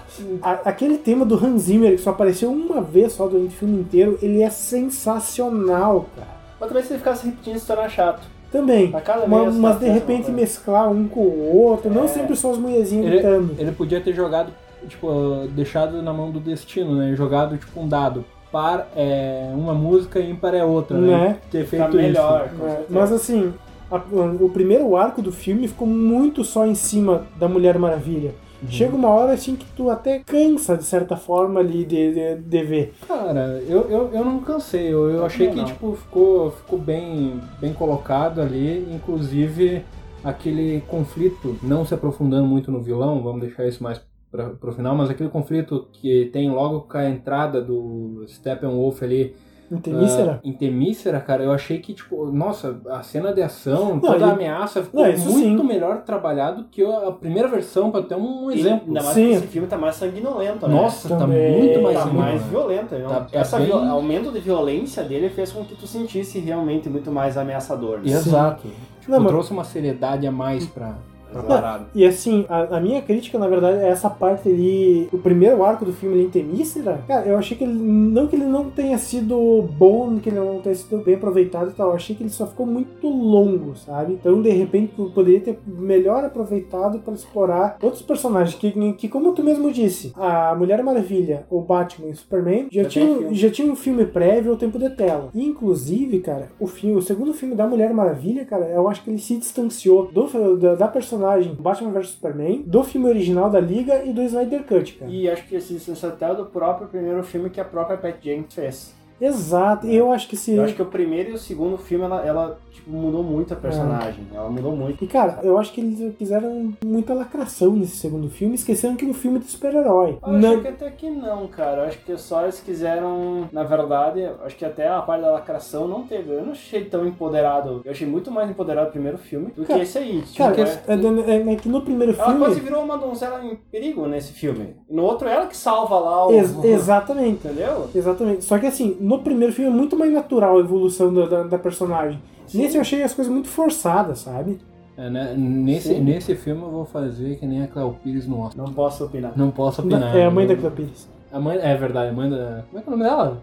[SPEAKER 1] A- aquele tema do Hans Zimmer, que só apareceu uma vez só durante o filme inteiro, ele é sensacional, cara.
[SPEAKER 2] Mas também se ele ficasse repetindo, se torna chato.
[SPEAKER 1] Também.
[SPEAKER 2] A cada
[SPEAKER 1] Mas,
[SPEAKER 2] vez tá
[SPEAKER 1] mas de
[SPEAKER 2] fazendo
[SPEAKER 1] repente
[SPEAKER 2] uma coisa.
[SPEAKER 1] mesclar um com o outro,
[SPEAKER 2] É.
[SPEAKER 1] não sempre só as mulherzinhas
[SPEAKER 3] Ele-
[SPEAKER 1] gritando.
[SPEAKER 3] Ele podia ter jogado, tipo, deixado na mão do destino, né? Jogado, tipo, um dado. Par é uma música e ímpar é outra, né?
[SPEAKER 1] Né?
[SPEAKER 3] Ter feito
[SPEAKER 2] Tá melhor.
[SPEAKER 3] isso.
[SPEAKER 2] com
[SPEAKER 1] É,
[SPEAKER 2] certeza.
[SPEAKER 1] Mas assim, a- o primeiro arco do filme ficou muito só em cima da Mulher Maravilha.
[SPEAKER 2] Uhum.
[SPEAKER 1] Chega uma hora assim que tu até cansa, de certa forma, ali de, de, de ver.
[SPEAKER 3] Cara, eu, eu, eu não cansei. Eu, eu achei que
[SPEAKER 2] não.
[SPEAKER 3] tipo, ficou, ficou bem, bem colocado ali. Inclusive, aquele conflito, não se aprofundando muito no vilão, vamos deixar isso mais pra, pro final, mas aquele conflito que tem logo com a entrada do Steppenwolf ali
[SPEAKER 1] Em
[SPEAKER 2] É.
[SPEAKER 1] Temícera.
[SPEAKER 3] ah, em Temícera, cara, eu achei que, tipo, nossa, a cena de ação,
[SPEAKER 1] Não,
[SPEAKER 3] toda
[SPEAKER 1] ele-
[SPEAKER 3] a ameaça ficou
[SPEAKER 1] Não, isso
[SPEAKER 3] muito
[SPEAKER 1] sim.
[SPEAKER 3] melhor trabalhado que a primeira versão, pra ter um
[SPEAKER 2] E
[SPEAKER 3] exemplo.
[SPEAKER 2] Ainda mais
[SPEAKER 1] Sim.
[SPEAKER 2] que esse filme tá mais sanguinolento, né?
[SPEAKER 3] Nossa, tá
[SPEAKER 1] Também
[SPEAKER 3] muito mais
[SPEAKER 2] tá
[SPEAKER 1] sanguinolento.
[SPEAKER 2] mais
[SPEAKER 3] né?
[SPEAKER 2] violento. né?
[SPEAKER 3] Tá- tá
[SPEAKER 2] Essa
[SPEAKER 3] bem-
[SPEAKER 2] viol- aumento de violência dele fez com que tu sentisse realmente muito mais ameaçador. né?
[SPEAKER 3] Exato. Tipo,
[SPEAKER 1] Não, mas-
[SPEAKER 3] trouxe uma seriedade a mais pra, pra
[SPEAKER 2] Não.
[SPEAKER 3] parada.
[SPEAKER 1] E assim, a, a minha crítica, na verdade, é essa parte ali, o primeiro arco do filme ali em Temícera. Cara, eu achei que ele, não que ele não tenha sido bom, que ele não tenha sido bem aproveitado e tal, eu achei que ele só ficou muito longo, sabe? Então, de repente, tu poderia ter melhor aproveitado para explorar outros personagens, que, que como tu mesmo disse, a Mulher Maravilha, o Batman e o Superman, já,
[SPEAKER 2] Já
[SPEAKER 1] tinham,
[SPEAKER 2] tem filme.
[SPEAKER 1] já tinha um filme prévio ao tempo de tela. Inclusive, cara, o filme, o segundo filme da Mulher Maravilha, cara, eu acho que ele se distanciou do, da, da personagem Batman vs Superman, do filme original da Liga e do Snyder Cut, cara.
[SPEAKER 2] E acho que esse esse é até o do próprio primeiro filme que a própria Pat Jenkins fez.
[SPEAKER 1] Exato, e eu acho que se.
[SPEAKER 2] Eu acho que o primeiro e o segundo filme, ela, ela, tipo, mudou muito a personagem. Ela mudou muito.
[SPEAKER 1] E cara, eu acho que eles fizeram muita lacração nesse segundo filme, esqueceram que é um filme de super-herói.
[SPEAKER 2] Eu
[SPEAKER 1] Não,
[SPEAKER 2] Acho que até que não, cara. Eu Acho que só eles quiseram, na verdade, eu acho que até a parte da lacração não teve. Eu não achei tão empoderado. Eu achei muito mais empoderado o primeiro filme do que
[SPEAKER 1] Cara,
[SPEAKER 2] esse aí. Tipo,
[SPEAKER 1] cara,
[SPEAKER 2] é-
[SPEAKER 1] é, é- é que no primeiro
[SPEAKER 2] Ela quase
[SPEAKER 1] filme.
[SPEAKER 2] virou uma donzela em perigo nesse filme. No outro, ela que salva lá o.
[SPEAKER 1] Ex- exatamente.
[SPEAKER 2] Entendeu?
[SPEAKER 1] Exatamente. Só que assim, no primeiro filme é muito mais natural a evolução da, da, da personagem.
[SPEAKER 2] Sim.
[SPEAKER 1] Nesse eu achei as coisas muito forçadas, sabe?
[SPEAKER 3] É, né? nesse,
[SPEAKER 2] Sim.
[SPEAKER 3] nesse filme eu vou fazer que nem a Cleo Pires no Oscar.
[SPEAKER 2] Não posso opinar.
[SPEAKER 3] Não posso opinar.
[SPEAKER 1] é a mãe da
[SPEAKER 3] Cleo
[SPEAKER 1] Cleo Pires.
[SPEAKER 3] a mãe É verdade, a mãe da. Como é que é o nome dela?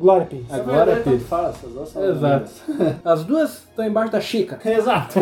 [SPEAKER 1] Glória Pires.
[SPEAKER 3] É.
[SPEAKER 2] Essa
[SPEAKER 3] Agora,
[SPEAKER 2] verdade, tanto
[SPEAKER 3] Pedro.
[SPEAKER 2] faz, essas duas são
[SPEAKER 3] Exato.
[SPEAKER 2] lindas.
[SPEAKER 3] As duas estão embaixo da xícara.
[SPEAKER 2] Exato.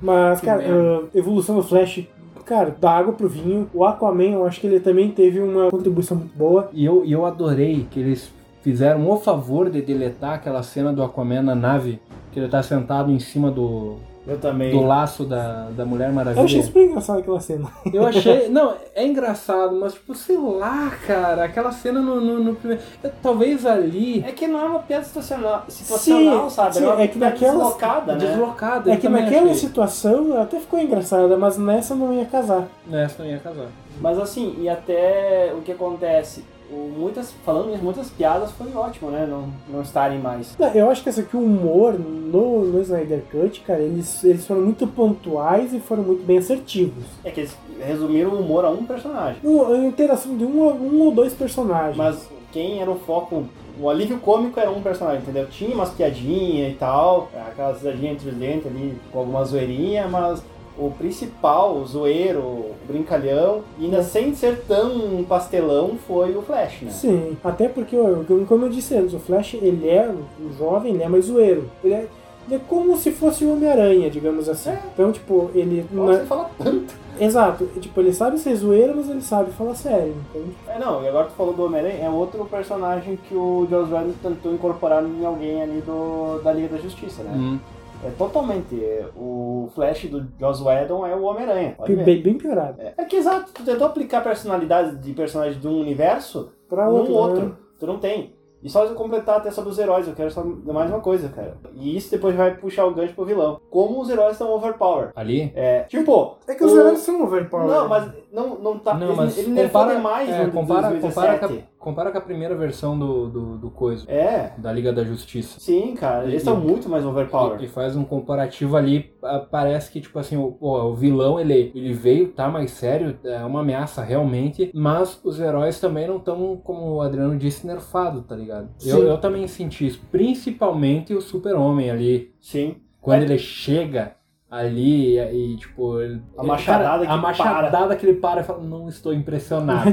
[SPEAKER 1] Mas,
[SPEAKER 3] Que
[SPEAKER 1] cara,
[SPEAKER 3] merda.
[SPEAKER 1] ah, evolução do Flash, cara, da água pro vinho. O Aquaman, eu acho que ele também teve uma contribuição muito boa.
[SPEAKER 3] E eu, e eu adorei que eles fizeram o favor de deletar aquela cena do Aquaman na nave, que ele tá sentado em cima do,
[SPEAKER 2] Eu também.
[SPEAKER 3] do laço da, da Mulher Maravilha.
[SPEAKER 1] Eu achei super engraçado aquela cena.
[SPEAKER 3] Eu achei. Não, é engraçado, mas, tipo, sei lá, cara, aquela cena no, no, no primeiro. eu- Talvez ali.
[SPEAKER 2] É que não é uma piada situacional, situacional
[SPEAKER 1] Sim,
[SPEAKER 2] sabe?
[SPEAKER 1] sim,
[SPEAKER 2] é, uma
[SPEAKER 1] é que
[SPEAKER 2] piada
[SPEAKER 1] naquelas-
[SPEAKER 2] deslocada, né?
[SPEAKER 3] Deslocada,
[SPEAKER 1] É
[SPEAKER 3] eu
[SPEAKER 1] que
[SPEAKER 3] também
[SPEAKER 1] naquela
[SPEAKER 3] achei.
[SPEAKER 1] situação até ficou engraçada, mas nessa não ia casar.
[SPEAKER 3] Nessa não É, ia casar.
[SPEAKER 2] Mas assim, e até o que acontece? O- muitas, falando nisso, muitas piadas foi ótimo, né? Não, não estarem mais.
[SPEAKER 1] Não, eu acho que essa aqui, o humor no, no Snyder Cut, cara, eles, eles foram muito pontuais e foram muito bem assertivos.
[SPEAKER 2] É que eles resumiram o humor a um personagem.
[SPEAKER 1] Um- a interação de um, um ou dois personagens.
[SPEAKER 2] Mas quem era o foco, o alívio cômico era um personagem, entendeu? Tinha umas piadinhas e tal, aquelas piadinhas entre os dentes ali, com alguma zoeirinha, mas o principal, o zoeiro, o brincalhão, e ainda sem ser tão pastelão, foi o Flash, né?
[SPEAKER 1] Sim, até porque, ó, como eu disse antes, o Flash, ele é um jovem, ele é mais zoeiro. Ele é, ele é como se fosse o Homem-Aranha, digamos assim. Então, tipo, ele...
[SPEAKER 2] É. Nossa,
[SPEAKER 1] na-
[SPEAKER 2] você fala tanto.
[SPEAKER 1] exato, tipo, ele sabe ser zoeiro, mas ele sabe falar sério. Então,
[SPEAKER 2] É, não, e agora tu falou do Homem-Aranha, é outro personagem que o Joss Whedon tentou incorporar em alguém ali do, da Liga da Justiça, né?
[SPEAKER 3] Hum.
[SPEAKER 2] É totalmente. é, o Flash do Joss Whedon é o Homem-Aranha. pode ver.
[SPEAKER 1] Bem, bem piorado.
[SPEAKER 2] É, é que exato, tu tentou aplicar personalidades de personagens de um universo
[SPEAKER 1] Pra
[SPEAKER 2] num
[SPEAKER 1] outro.
[SPEAKER 2] Um outro.
[SPEAKER 1] né?
[SPEAKER 2] Tu não tem. E só eu completar até sobre os heróis, eu quero só mais uma coisa, cara. E isso depois vai puxar o gancho pro vilão. Como os heróis estão overpowered.
[SPEAKER 3] Ali?
[SPEAKER 2] É, tipo,
[SPEAKER 1] É que os
[SPEAKER 2] o-
[SPEAKER 1] heróis são né? overpowered.
[SPEAKER 3] né?
[SPEAKER 2] não, mas não, não tá.
[SPEAKER 3] Não,
[SPEAKER 2] ele-
[SPEAKER 3] mas
[SPEAKER 2] ele
[SPEAKER 3] compara-
[SPEAKER 2] nerfou demais
[SPEAKER 3] é,
[SPEAKER 2] no
[SPEAKER 3] compara,
[SPEAKER 2] 2017.
[SPEAKER 3] compara, com a, compara com a primeira versão do, do, do coisa,
[SPEAKER 2] É,
[SPEAKER 3] da Liga da Justiça.
[SPEAKER 2] sim, cara. Eles estão
[SPEAKER 3] E-
[SPEAKER 2] muito mais overpowered.
[SPEAKER 3] E, e faz um comparativo ali, ah, parece que, tipo assim, o, pô, o vilão, ele, ele veio, tá mais sério, é uma ameaça realmente, mas os heróis também não estão, como o Adriano disse, nerfado, tá ligado? Eu,
[SPEAKER 1] Sim.
[SPEAKER 3] eu também senti isso, principalmente o super-homem ali,
[SPEAKER 2] Sim.
[SPEAKER 3] quando
[SPEAKER 2] É.
[SPEAKER 3] ele chega ali e, e, tipo... ele-
[SPEAKER 2] A machadada
[SPEAKER 3] cara,
[SPEAKER 2] que
[SPEAKER 3] A machadada que ele para e fala, não estou impressionado.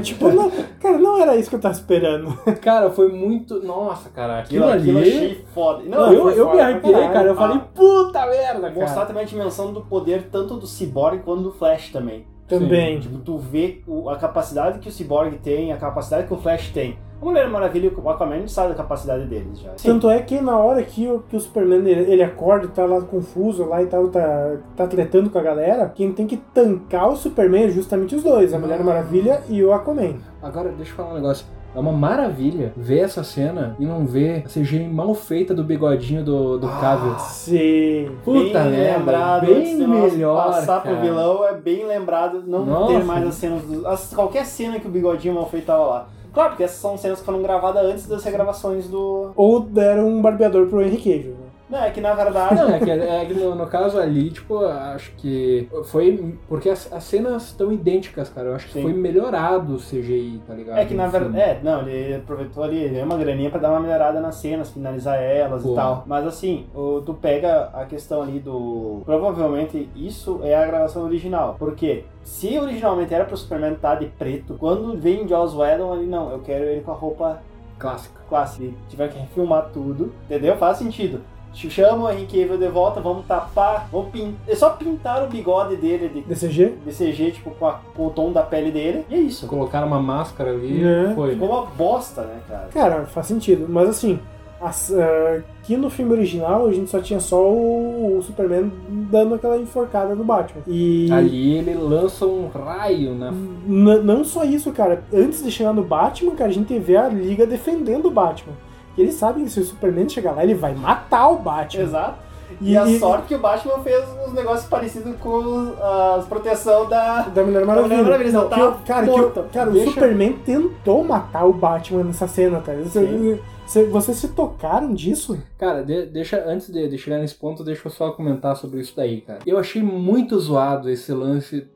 [SPEAKER 1] tipo, não, cara, não era isso que eu tava esperando.
[SPEAKER 3] Cara, foi muito... Nossa, cara, aquilo,
[SPEAKER 2] Aquilo,
[SPEAKER 3] ali...
[SPEAKER 2] aquilo achei foda. Não,
[SPEAKER 3] eu
[SPEAKER 2] foi
[SPEAKER 3] eu me
[SPEAKER 2] foda pra
[SPEAKER 3] arrepiei,
[SPEAKER 2] caralho.
[SPEAKER 3] cara. Eu
[SPEAKER 2] Ah,
[SPEAKER 3] falei, puta merda, cara.
[SPEAKER 2] Mostrar também a dimensão do poder tanto do Cyborg quanto do Flash também.
[SPEAKER 1] Também.
[SPEAKER 2] Tipo, tu vê o- a capacidade que o Cyborg tem, a capacidade que o Flash tem. A Mulher Maravilha e o Aquaman não sabem da capacidade deles já.
[SPEAKER 3] Então,
[SPEAKER 1] Tanto é que na hora que o, que o Superman ele, ele acorda e tá lá confuso lá e tal, tá, tá tretando com a galera, quem tem que tancar o Superman é justamente os dois, a Mulher Maravilha e o Aquaman.
[SPEAKER 3] Agora, deixa eu falar um negócio. É uma maravilha ver essa cena e não ver a CGI mal feita do bigodinho do, do Cavill.
[SPEAKER 1] Sim.
[SPEAKER 3] Puta
[SPEAKER 2] bem
[SPEAKER 3] merda,
[SPEAKER 2] Ah, lembrado,
[SPEAKER 3] bem
[SPEAKER 2] antes do negócio
[SPEAKER 3] melhor,
[SPEAKER 2] Passar
[SPEAKER 3] cara.
[SPEAKER 2] pro vilão é bem lembrado não
[SPEAKER 3] Nossa.
[SPEAKER 2] ter mais as cenas. Do, as- qualquer cena que o bigodinho mal feito tava lá. Claro, porque essas são cenas que foram gravadas antes das regravações do.
[SPEAKER 1] Ou deram um barbeador pro Henry Cavill. né?
[SPEAKER 2] Não, é que na verdade.
[SPEAKER 3] Não, é que, é que no, no caso ali, tipo, acho que foi. Porque as, as cenas estão idênticas, cara. Eu acho que
[SPEAKER 2] Sim.
[SPEAKER 3] foi melhorado o CGI, tá ligado?
[SPEAKER 2] É que na
[SPEAKER 3] No
[SPEAKER 2] verdade.
[SPEAKER 3] filme.
[SPEAKER 2] É, não, ele aproveitou ali né, uma graninha pra dar uma melhorada nas cenas, finalizar elas
[SPEAKER 3] Pô.
[SPEAKER 2] e tal. Mas assim, o- tu pega a questão ali do. Provavelmente isso é a gravação original. Porque se originalmente era pro Superman estar de preto, quando vem Joss Whedon ali, não, eu quero ele com a roupa
[SPEAKER 3] Clássica.
[SPEAKER 2] clássica. Ele tiver que refilmar tudo, entendeu? Faz sentido. Ch- Chama o Henry Cavill de volta, vamos tapar, vamos pintar. É só pintar o bigode dele de,
[SPEAKER 1] DCG?
[SPEAKER 2] de CG, tipo, com, a- com o tom da pele dele. E é isso.
[SPEAKER 3] Colocaram uma máscara ali
[SPEAKER 1] É.
[SPEAKER 3] foi.
[SPEAKER 2] Ficou uma bosta, né, cara?
[SPEAKER 1] Cara, faz sentido, mas assim, as- ah, aqui no filme original a gente só tinha só o, o Superman dando aquela enforcada no Batman. E.
[SPEAKER 3] Ali ele lança um raio na
[SPEAKER 1] N- não só isso, cara. Antes de chegar no Batman, cara, a gente vê a Liga defendendo o Batman. E eles sabem que se o Superman chegar lá, ele vai matar o Batman.
[SPEAKER 2] Exato. E, a sorte que o Batman fez uns negócios parecidos com os- as proteção da.
[SPEAKER 1] Da Mulher Maravilha.
[SPEAKER 2] Da Mulher Maravilha,
[SPEAKER 1] Não,
[SPEAKER 2] só tá
[SPEAKER 1] que o- cara, que o-
[SPEAKER 2] morto.
[SPEAKER 1] cara, o
[SPEAKER 2] Deixa-
[SPEAKER 1] Superman tentou matar o Batman nessa cena, cara. Você-
[SPEAKER 2] Sim.
[SPEAKER 1] você- vocês se tocaram disso?
[SPEAKER 3] Cara, de- deixa, antes de, de chegar nesse ponto, deixa eu só comentar sobre isso daí, cara. Eu achei muito zoado esse lance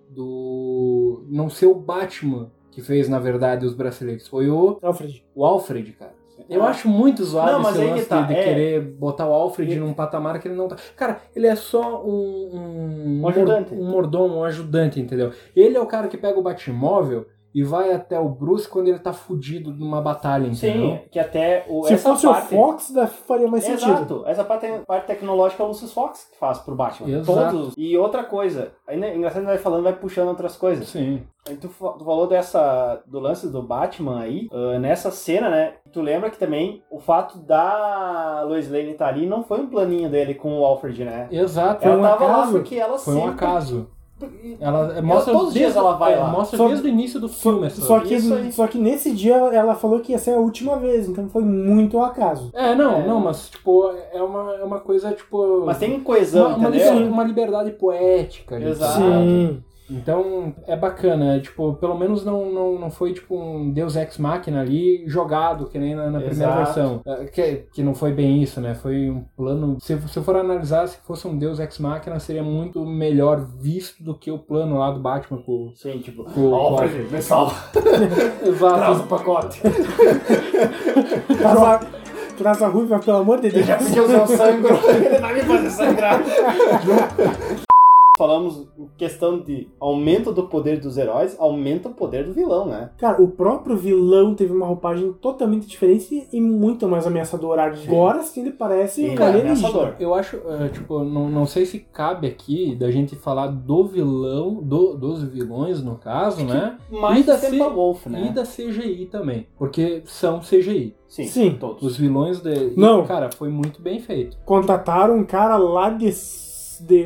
[SPEAKER 3] do. não ser o Batman que fez, na verdade, os braceletes. Foi o,
[SPEAKER 1] Alfred.
[SPEAKER 3] o Alfred, cara. Eu
[SPEAKER 2] Ah.
[SPEAKER 3] acho muito zoado
[SPEAKER 2] Não, mas
[SPEAKER 3] esse
[SPEAKER 2] aí que
[SPEAKER 3] lance
[SPEAKER 2] tá,
[SPEAKER 3] de, de
[SPEAKER 2] é.
[SPEAKER 3] querer botar o Alfred
[SPEAKER 2] E-
[SPEAKER 3] num patamar que ele não tá. Cara, ele é só um. Um,
[SPEAKER 2] Um ajudante.
[SPEAKER 3] Um mordomo, um ajudante, entendeu? Ele é o cara que pega o Batmóvel e vai até o Bruce quando ele tá fudido numa batalha, entendeu?
[SPEAKER 2] Sim, que até o.
[SPEAKER 1] Se
[SPEAKER 2] essa
[SPEAKER 1] fosse
[SPEAKER 2] parte,
[SPEAKER 1] o Fox, da- faria mais sentido.
[SPEAKER 2] Exato. Essa parte, parte tecnológica é o Lucius Fox que faz pro Batman.
[SPEAKER 3] Exato.
[SPEAKER 2] Todos. E outra coisa, ainda engraçado vai falando, vai puxando outras coisas.
[SPEAKER 3] Sim.
[SPEAKER 2] Aí tu, fa- tu falou dessa do lance do Batman aí, ah, nessa cena, né? Tu lembra que também o fato da Lois Lane estar ali não foi um planinho dele com o Alfred, né?
[SPEAKER 3] Exato.
[SPEAKER 1] Foi
[SPEAKER 2] Ela
[SPEAKER 1] um
[SPEAKER 2] tava lá
[SPEAKER 1] acaso.
[SPEAKER 2] porque ela
[SPEAKER 3] Foi um
[SPEAKER 2] sempre
[SPEAKER 3] acaso. Ela é, mostra
[SPEAKER 2] todos os dias
[SPEAKER 3] desde-
[SPEAKER 2] ela vai lá.
[SPEAKER 3] Mostra
[SPEAKER 1] Só-
[SPEAKER 3] desde o início do filme. essa-
[SPEAKER 1] Só que,
[SPEAKER 2] Isso aí.
[SPEAKER 1] só que nesse dia ela falou que ia ser a última vez, então foi muito ao acaso.
[SPEAKER 3] É, não,
[SPEAKER 2] É.
[SPEAKER 3] não, mas tipo, é uma, é uma coisa, tipo.
[SPEAKER 2] Mas tem
[SPEAKER 3] uma,
[SPEAKER 2] coesão,
[SPEAKER 3] uma
[SPEAKER 2] entendeu?
[SPEAKER 3] liberdade, uma liberdade poética. gente.
[SPEAKER 2] Exato.
[SPEAKER 1] Sim.
[SPEAKER 3] Então é bacana, é, tipo, pelo menos não, não, não foi tipo um Deus Ex Machina ali jogado, que nem na, na primeira
[SPEAKER 2] Exato.
[SPEAKER 3] versão. É, Que, que não foi bem isso, né? Foi um plano. Se, eu- se eu for analisar, se fosse um Deus Ex Machina, seria muito melhor visto do que o plano lá do Batman com,
[SPEAKER 2] Sim, tipo,
[SPEAKER 3] com o.
[SPEAKER 2] Alfred, me salva, traz
[SPEAKER 3] Exato.
[SPEAKER 2] o pacote.
[SPEAKER 1] Traz a, traz a ruiva, pelo amor de Deus.
[SPEAKER 2] Ele já pediu seu sangue, ele vai me fazer sangrar. Falamos questão de aumento do poder dos heróis, aumenta o poder do vilão, né?
[SPEAKER 1] Cara, o próprio vilão teve uma roupagem totalmente diferente e muito mais ameaçadora. Agora sim ele parece
[SPEAKER 2] Sim,
[SPEAKER 1] um
[SPEAKER 2] cara,
[SPEAKER 1] alienígena.
[SPEAKER 2] é ameaçador.
[SPEAKER 3] Eu acho, é, tipo, não, não sei se cabe aqui da gente falar do vilão, do, dos vilões no caso, né?
[SPEAKER 2] Mais
[SPEAKER 3] E da
[SPEAKER 2] da
[SPEAKER 3] C-
[SPEAKER 2] Tempa Wolf,
[SPEAKER 3] E
[SPEAKER 2] né?
[SPEAKER 3] da CGI também, porque são CGI.
[SPEAKER 2] Sim,
[SPEAKER 1] Sim.
[SPEAKER 2] todos.
[SPEAKER 3] Os vilões de...
[SPEAKER 1] Não.
[SPEAKER 3] Cara, foi muito bem feito.
[SPEAKER 1] Contrataram um cara lá de. de-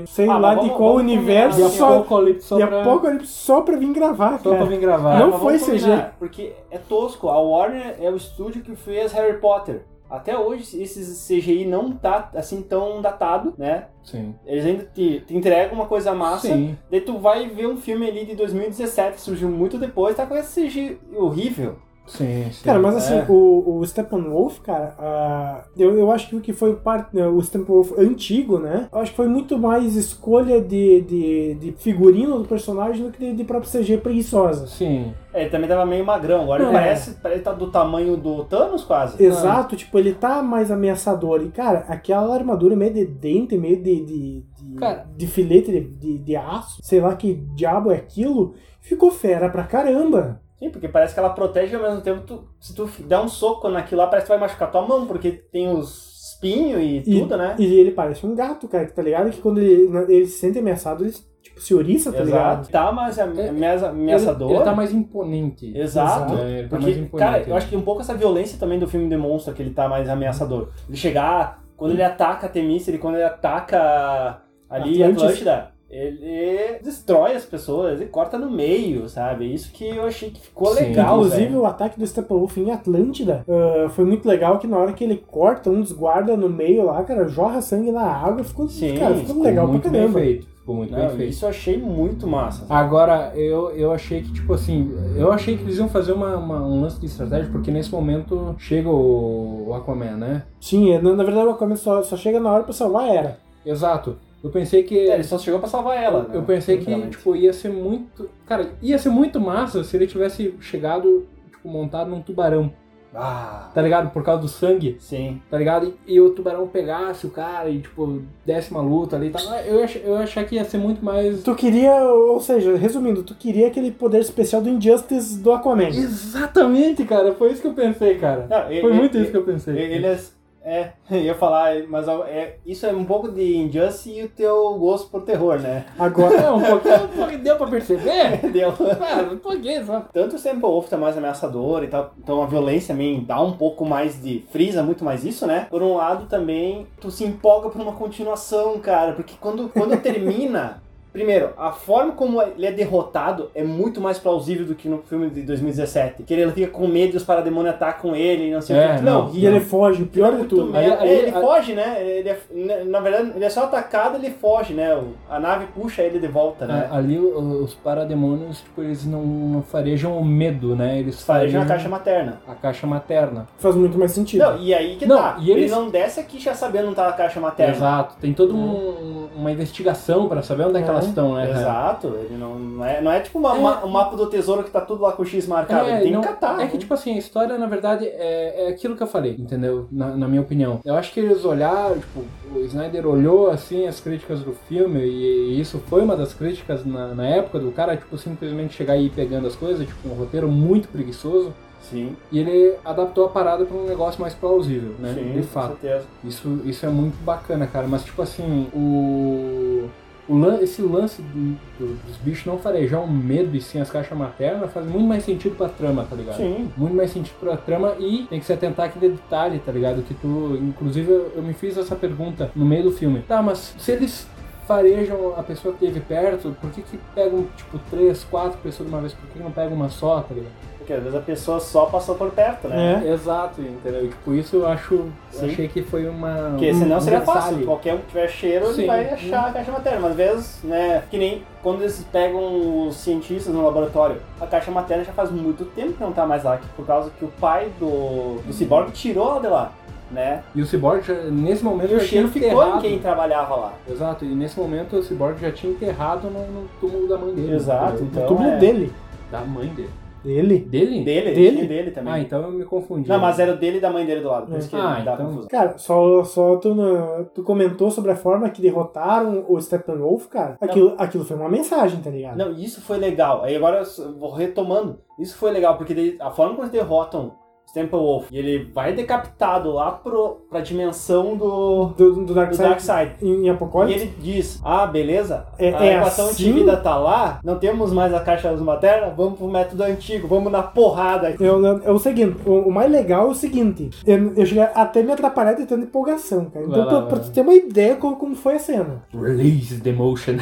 [SPEAKER 1] sei
[SPEAKER 2] Ah,
[SPEAKER 1] lá
[SPEAKER 2] mas
[SPEAKER 1] de
[SPEAKER 2] vamos-
[SPEAKER 1] qual
[SPEAKER 2] vamos
[SPEAKER 1] universo.
[SPEAKER 3] De
[SPEAKER 2] combinar,
[SPEAKER 1] só,
[SPEAKER 3] Apocalipse só
[SPEAKER 1] de
[SPEAKER 3] pra...
[SPEAKER 1] Apocalipse só pra vir gravar,
[SPEAKER 3] Só pra
[SPEAKER 1] cara.
[SPEAKER 3] vir gravar.
[SPEAKER 1] Não
[SPEAKER 2] mas
[SPEAKER 1] foi
[SPEAKER 2] vamos combinar, Porque é tosco. A Warner é o estúdio que fez Harry Potter. Até hoje, esse CGI não tá assim tão datado, né?
[SPEAKER 3] Sim.
[SPEAKER 2] Eles ainda te, te entregam uma coisa massa.
[SPEAKER 3] Sim.
[SPEAKER 2] Daí tu vai ver um filme ali de 2017, que surgiu muito depois, tá com esse CGI horrível.
[SPEAKER 3] Sim, sim.
[SPEAKER 1] Cara, mas assim,
[SPEAKER 2] É.
[SPEAKER 1] o, o Steppenwolf, cara, ah, eu, eu acho que o que foi parte, o Steppenwolf antigo, né? Eu acho que foi muito mais escolha de, de, de figurino do personagem do que de, de próprio CG preguiçosa.
[SPEAKER 3] Sim.
[SPEAKER 2] É, Ele também tava meio magrão, agora
[SPEAKER 1] É.
[SPEAKER 2] ele parece, ele tá do tamanho do Thanos quase.
[SPEAKER 1] Exato, tipo, ele tá mais ameaçador. E, cara, aquela armadura meio de dente, meio de. de, de,
[SPEAKER 3] Cara.
[SPEAKER 1] de filete de, de, de aço, sei lá que diabo é aquilo, ficou fera pra caramba.
[SPEAKER 2] Sim, porque parece que ela protege e ao mesmo tempo, tu- se tu dá um soco naquilo lá, parece que vai machucar tua mão, porque tem os espinhos e, tudo, né?
[SPEAKER 1] E ele parece um gato, cara, que tá ligado? Que quando ele, ele se sente ameaçado, ele tipo, se oriça, tá ligado?
[SPEAKER 2] Exato. Tá mais ame-
[SPEAKER 3] É,
[SPEAKER 2] ameaça- ameaçador.
[SPEAKER 3] Ele, ele tá mais imponente.
[SPEAKER 2] Exato.
[SPEAKER 3] É, ele tá mais
[SPEAKER 2] Porque,
[SPEAKER 3] imponente.
[SPEAKER 2] cara, eu
[SPEAKER 3] né?
[SPEAKER 2] acho que um pouco essa violência também do filme demonstra que ele tá mais ameaçador. Ele chegar, quando ele ataca a Temis, ele quando ele ataca ali
[SPEAKER 1] Atlantis.
[SPEAKER 2] Atlântida, ele destrói as pessoas e corta no meio, sabe? Isso que eu achei que ficou
[SPEAKER 3] Sim.
[SPEAKER 2] legal,
[SPEAKER 1] Inclusive,
[SPEAKER 2] velho.
[SPEAKER 1] o ataque do Steppenwolf em Atlântida ah, foi muito legal, que na hora que ele corta um dos guarda no meio lá, cara, jorra sangue na água, ficou,
[SPEAKER 2] Sim,
[SPEAKER 1] cara, ficou,
[SPEAKER 3] Ficou
[SPEAKER 1] legal pra
[SPEAKER 3] muito
[SPEAKER 1] caramba.
[SPEAKER 3] bem feito. Ficou muito
[SPEAKER 2] Não,
[SPEAKER 3] bem feito.
[SPEAKER 2] isso eu achei muito massa.
[SPEAKER 3] Ah,
[SPEAKER 2] sabe?
[SPEAKER 3] Agora, eu, eu achei que, tipo assim, eu achei que eles iam fazer uma, uma- um lance de estratégia, porque nesse momento chega o, o Aquaman, né?
[SPEAKER 1] Sim, é, na, na verdade o Aquaman só, só chega na hora pra salvar a era.
[SPEAKER 3] Exato. Eu pensei que.
[SPEAKER 2] É, ele só chegou pra salvar ela. né?
[SPEAKER 3] eu pensei que,
[SPEAKER 2] Literalmente.
[SPEAKER 3] tipo, ia ser muito. Cara, ia ser muito massa se ele tivesse chegado, tipo, montado num tubarão,
[SPEAKER 2] Ah,
[SPEAKER 3] tá ligado? Por causa do sangue,
[SPEAKER 2] sim.
[SPEAKER 3] tá ligado? E, e o tubarão pegasse o cara e, tipo, desse uma luta ali e tal. Ah, Eu ia, ach- eu ia achar que ia ser muito mais.
[SPEAKER 1] Tu queria, ou seja, resumindo, tu queria aquele poder especial do Injustice do Aquaman.
[SPEAKER 3] Exatamente, cara. Foi isso que eu pensei, cara.
[SPEAKER 2] Não, e-
[SPEAKER 3] Foi
[SPEAKER 2] e-
[SPEAKER 3] muito né? isso
[SPEAKER 2] e-
[SPEAKER 3] que eu pensei.
[SPEAKER 2] Ele é. É, eu ia falar, mas é, isso é um pouco de Injustice e o teu gosto por terror, né?
[SPEAKER 1] Agora,
[SPEAKER 3] É, um pouquinho, um pouquinho deu pra perceber?
[SPEAKER 2] Entendeu?
[SPEAKER 3] Cara, um pouquinho só.
[SPEAKER 2] Tanto o Temple Wolf tá mais ameaçador e tal, então a violência também dá um pouco mais de. frisa muito mais isso, né? Por um lado também, tu se empolga por uma continuação, cara, porque quando, quando termina. Primeiro, a forma como ele é derrotado é muito mais plausível do que no filme de 2017. Que ele fica com medo e os parademônios atacam ele e não sei
[SPEAKER 3] É,
[SPEAKER 2] o que.
[SPEAKER 3] não.
[SPEAKER 1] e ele foge, o pior de
[SPEAKER 2] Muito
[SPEAKER 1] tudo.
[SPEAKER 2] merda.
[SPEAKER 3] Aí- aí-
[SPEAKER 2] É, ele
[SPEAKER 3] aí-
[SPEAKER 2] foge, né? Ele é- na- na verdade, ele é só atacado ele foge, né? O- A nave puxa ele de volta, né?
[SPEAKER 3] A- É, Ali o- os parademônios, tipo, eles não, não farejam o medo, né? Eles
[SPEAKER 2] Fareja
[SPEAKER 3] farejam
[SPEAKER 2] na caixa materna.
[SPEAKER 3] a caixa materna.
[SPEAKER 1] Faz muito mais sentido.
[SPEAKER 2] Não, e aí que
[SPEAKER 3] Não,
[SPEAKER 2] tá.
[SPEAKER 3] e eles-
[SPEAKER 2] Ele não desce aqui já sabendo onde tá a caixa materna.
[SPEAKER 3] Exato. Tem toda um- uma investigação pra saber onde é que elas
[SPEAKER 1] É,
[SPEAKER 3] estão, né? cara?
[SPEAKER 2] Uhum. Exato, ele não, não, é, não é tipo uma-
[SPEAKER 3] É.
[SPEAKER 2] ma- um mapa do tesouro que tá tudo lá com o X marcado, ele tem
[SPEAKER 3] não-
[SPEAKER 2] que catar. né?
[SPEAKER 3] é que, tipo assim, a história, na verdade, é, é aquilo que eu falei, entendeu? Na, na minha opinião. Eu acho que eles olharam, tipo, o Snyder olhou, assim, as críticas do filme, e, e isso foi uma das críticas na, na época do cara, tipo, simplesmente chegar e ir pegando as coisas, tipo, um roteiro muito preguiçoso,
[SPEAKER 2] Sim,
[SPEAKER 3] e ele adaptou a parada pra um negócio mais plausível, né?
[SPEAKER 2] sim,
[SPEAKER 3] De fato.
[SPEAKER 2] com certeza.
[SPEAKER 3] Isso, isso é muito bacana, cara, mas, tipo assim, o... o lan- esse lance do- do- dos bichos não farejar o medo e sim as caixas maternas faz muito mais sentido pra trama, tá ligado?
[SPEAKER 2] Sim.
[SPEAKER 3] muito mais sentido pra trama e tem que se atentar aquele detalhe, tá ligado? Que tu, inclusive, eu, eu me fiz essa pergunta no meio do filme. Tá, mas se eles farejam a pessoa que teve perto, por que que pegam, tipo, três, quatro pessoas de uma vez? Por que não pegam uma só, tá ligado?
[SPEAKER 2] Porque às vezes a pessoa só passou por perto, né?
[SPEAKER 3] É.
[SPEAKER 1] né?
[SPEAKER 3] Exato, entendeu? Tipo, isso eu acho, eu
[SPEAKER 2] Sim.
[SPEAKER 3] achei que foi uma...
[SPEAKER 2] Porque
[SPEAKER 3] um
[SPEAKER 2] senão seria
[SPEAKER 3] detalhe.
[SPEAKER 2] fácil. Qualquer um que tiver cheiro,
[SPEAKER 3] Sim.
[SPEAKER 2] ele vai achar a caixa materna. Mas às vezes, né, que nem quando eles pegam os cientistas no laboratório, a caixa materna já faz muito tempo que não tá mais lá, que por causa que o pai do, do ciborgue tirou ela de lá, né?
[SPEAKER 3] E o Cyborg, já- nesse momento,
[SPEAKER 2] E o
[SPEAKER 3] já
[SPEAKER 2] cheiro
[SPEAKER 3] tinha
[SPEAKER 2] ficou em
[SPEAKER 3] enterrado-
[SPEAKER 2] quem trabalhava lá.
[SPEAKER 3] Exato, e nesse momento o Cyborg já tinha enterrado no, no túmulo da mãe dele.
[SPEAKER 2] Exato,
[SPEAKER 3] entendeu?
[SPEAKER 1] O
[SPEAKER 2] Então,
[SPEAKER 1] túmulo
[SPEAKER 2] é.
[SPEAKER 1] dele.
[SPEAKER 3] Da mãe dele.
[SPEAKER 1] Dele?
[SPEAKER 3] Dele?
[SPEAKER 2] Dele?
[SPEAKER 1] Dele?
[SPEAKER 2] Tinha dele também.
[SPEAKER 3] Ah, então eu me confundi.
[SPEAKER 2] Não, mas era o dele e da mãe dele do lado, por
[SPEAKER 1] É.
[SPEAKER 2] isso que
[SPEAKER 3] Ah,
[SPEAKER 2] dá
[SPEAKER 3] então.
[SPEAKER 2] confusão.
[SPEAKER 1] Cara, só, só tu, na- tu comentou sobre a forma que derrotaram o Steppenwolf, cara. Aquilo, aquilo foi uma mensagem, tá ligado?
[SPEAKER 2] Não, isso foi legal. Aí agora eu s- vou retomando. Isso foi legal, porque daí a forma como eles derrotam o Steppenwolf, e ele vai decapitado lá pro, pra dimensão do,
[SPEAKER 1] Do, do
[SPEAKER 2] do
[SPEAKER 1] Darkseid
[SPEAKER 2] Darkseid.
[SPEAKER 1] em
[SPEAKER 2] E
[SPEAKER 1] Apocalipse?
[SPEAKER 2] ele diz, ah, beleza,
[SPEAKER 1] É-
[SPEAKER 2] a
[SPEAKER 1] é
[SPEAKER 2] equação de
[SPEAKER 1] assim?
[SPEAKER 2] vida tá lá, não temos mais a caixa das maternas, vamos pro método antigo, vamos na porrada.
[SPEAKER 1] É o- é o seguinte, o, o mais legal é o seguinte, eu, eu cheguei até me atrapalhar de tanta empolgação, cara. Então,
[SPEAKER 3] Vai lá,
[SPEAKER 1] pra,
[SPEAKER 3] vai
[SPEAKER 1] pra
[SPEAKER 3] lá.
[SPEAKER 1] tu ter uma ideia como, como foi a cena.
[SPEAKER 3] Release the motion.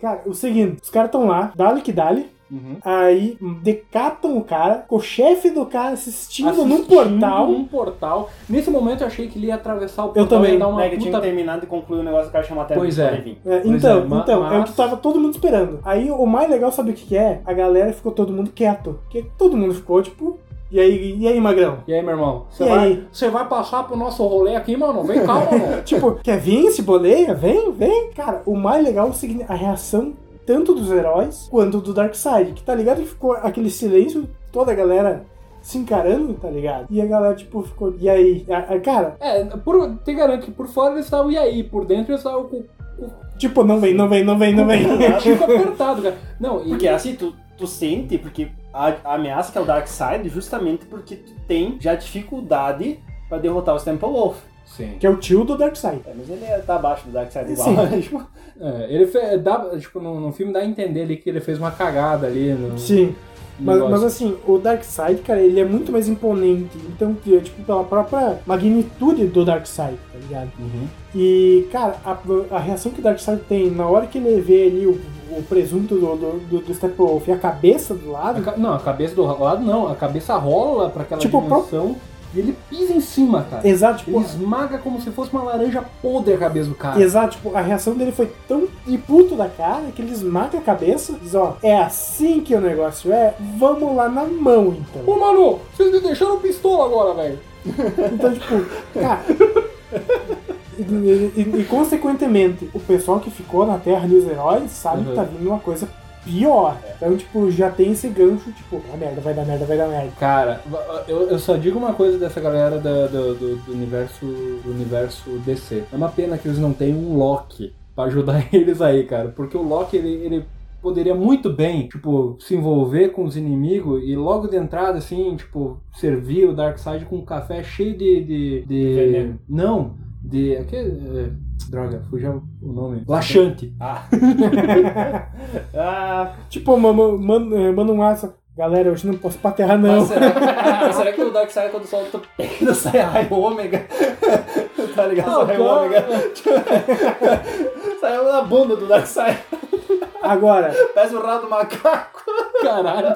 [SPEAKER 1] cara, o seguinte, os caras estão lá, dali que dali,
[SPEAKER 2] Uhum.
[SPEAKER 1] aí decatam o cara, com o chefe do cara assistindo, num portal.
[SPEAKER 3] Um portal. Nesse momento eu achei que ele ia atravessar o portal.
[SPEAKER 1] também,
[SPEAKER 3] Ia dar uma
[SPEAKER 2] né, que tinha
[SPEAKER 3] puta...
[SPEAKER 2] terminado e concluir o negócio da caixa materna.
[SPEAKER 3] Pois
[SPEAKER 2] pra
[SPEAKER 3] é.
[SPEAKER 2] poder vir.
[SPEAKER 1] É,
[SPEAKER 3] Pois
[SPEAKER 1] então,
[SPEAKER 3] é, ma-
[SPEAKER 1] então, é o
[SPEAKER 3] mas-
[SPEAKER 1] que tava todo mundo esperando. Aí o mais legal, sabe o que, que é? A galera ficou todo mundo quieto. Porque todo mundo ficou, tipo, e aí, e aí, Magrão?
[SPEAKER 3] E aí, meu irmão? Você
[SPEAKER 1] E
[SPEAKER 3] vai,
[SPEAKER 1] aí?
[SPEAKER 3] você vai passar pro nosso rolê aqui, mano? Vem cá, mano.
[SPEAKER 1] Tipo, quer vir? Se boleia? Vem, vem. Cara, o mais legal é o seguinte, a reação tanto dos heróis quanto do Darkseid, que tá ligado que ficou aquele silêncio, toda a galera se encarando, tá ligado? E a galera, tipo, ficou, e aí? A- a- cara,
[SPEAKER 3] É, por, te garanto que por fora eles estavam e aí, por dentro eles estavam com
[SPEAKER 1] tipo, não vem, não vem, não vem, não vem.
[SPEAKER 3] o Chico apertado, cara. Não, e
[SPEAKER 2] Porque assim, tu, tu sente, porque a, a ameaça que é o Darkseid, justamente porque tu tem já dificuldade pra derrotar o Steppenwolf.
[SPEAKER 3] Sim.
[SPEAKER 1] que é o tio do Darkseid.
[SPEAKER 2] É, mas ele é- tá abaixo do Darkseid igual.
[SPEAKER 1] Sim.
[SPEAKER 2] mas, tipo,
[SPEAKER 3] É, ele fez. Dá, tipo, no, no filme dá a entender ali que ele fez uma cagada ali no.
[SPEAKER 1] Sim.
[SPEAKER 3] no
[SPEAKER 1] Mas,
[SPEAKER 3] negócio.
[SPEAKER 1] mas assim, o Darkseid, cara, ele é muito mais imponente. Então, que, tipo, pela própria magnitude do Darkseid, tá ligado?
[SPEAKER 3] Uhum.
[SPEAKER 1] E, cara, a, a reação que o Darkseid tem na hora que ele vê ali o, o presunto do, do, do, do Steppenwolf e a cabeça do
[SPEAKER 3] A
[SPEAKER 1] lado,
[SPEAKER 3] ca- não, a cabeça do lado não, a cabeça rola pra aquela
[SPEAKER 1] Tipo,
[SPEAKER 3] dimensão e ele pisa em cima, cara.
[SPEAKER 1] exato,
[SPEAKER 3] Ele
[SPEAKER 1] tipo,
[SPEAKER 3] esmaga como se fosse uma laranja podre a cabeça do cara.
[SPEAKER 1] exato, tipo, a reação dele foi tão de puto da cara que ele esmaga a cabeça e diz, ó, é assim que o negócio é, vamos lá na mão, então.
[SPEAKER 3] Ô, mano, vocês me deixaram pistola agora, velho.
[SPEAKER 1] Então, tipo, cara. E, e- e, consequentemente, o pessoal que ficou na Terra dos Heróis sabe que
[SPEAKER 3] Uhum.
[SPEAKER 1] tá vindo uma coisa pior. Então, tipo, já tem esse gancho, tipo, ah, merda, vai dar merda, vai dar merda.
[SPEAKER 3] Cara, eu, eu só digo uma coisa dessa galera da- do, do- do universo, do universo DC. É uma pena que eles não tenham um Loki pra ajudar eles aí, cara. Porque o Loki, ele, ele poderia muito bem, tipo, se envolver com os inimigos e logo de entrada, assim, tipo, servir o Darkseid com um café cheio de... de, de-
[SPEAKER 2] Veneno.
[SPEAKER 3] não, de... Aquele, é, droga, fugiu o nome. Laxante.
[SPEAKER 2] ah. ah,
[SPEAKER 1] Tipo, mano, mano, eh, manda um aço. Galera, hoje não posso pra terra,
[SPEAKER 2] mas
[SPEAKER 1] não.
[SPEAKER 2] será, que, ah, será que o Darkseid quando solta o peido sai raio ômega? tá ligado?
[SPEAKER 1] Não,
[SPEAKER 2] sai raio
[SPEAKER 1] claro.
[SPEAKER 2] ômega. Saiu na bunda do Darkseid.
[SPEAKER 1] Agora,
[SPEAKER 2] Parece o raio do macaco.
[SPEAKER 3] Caralho.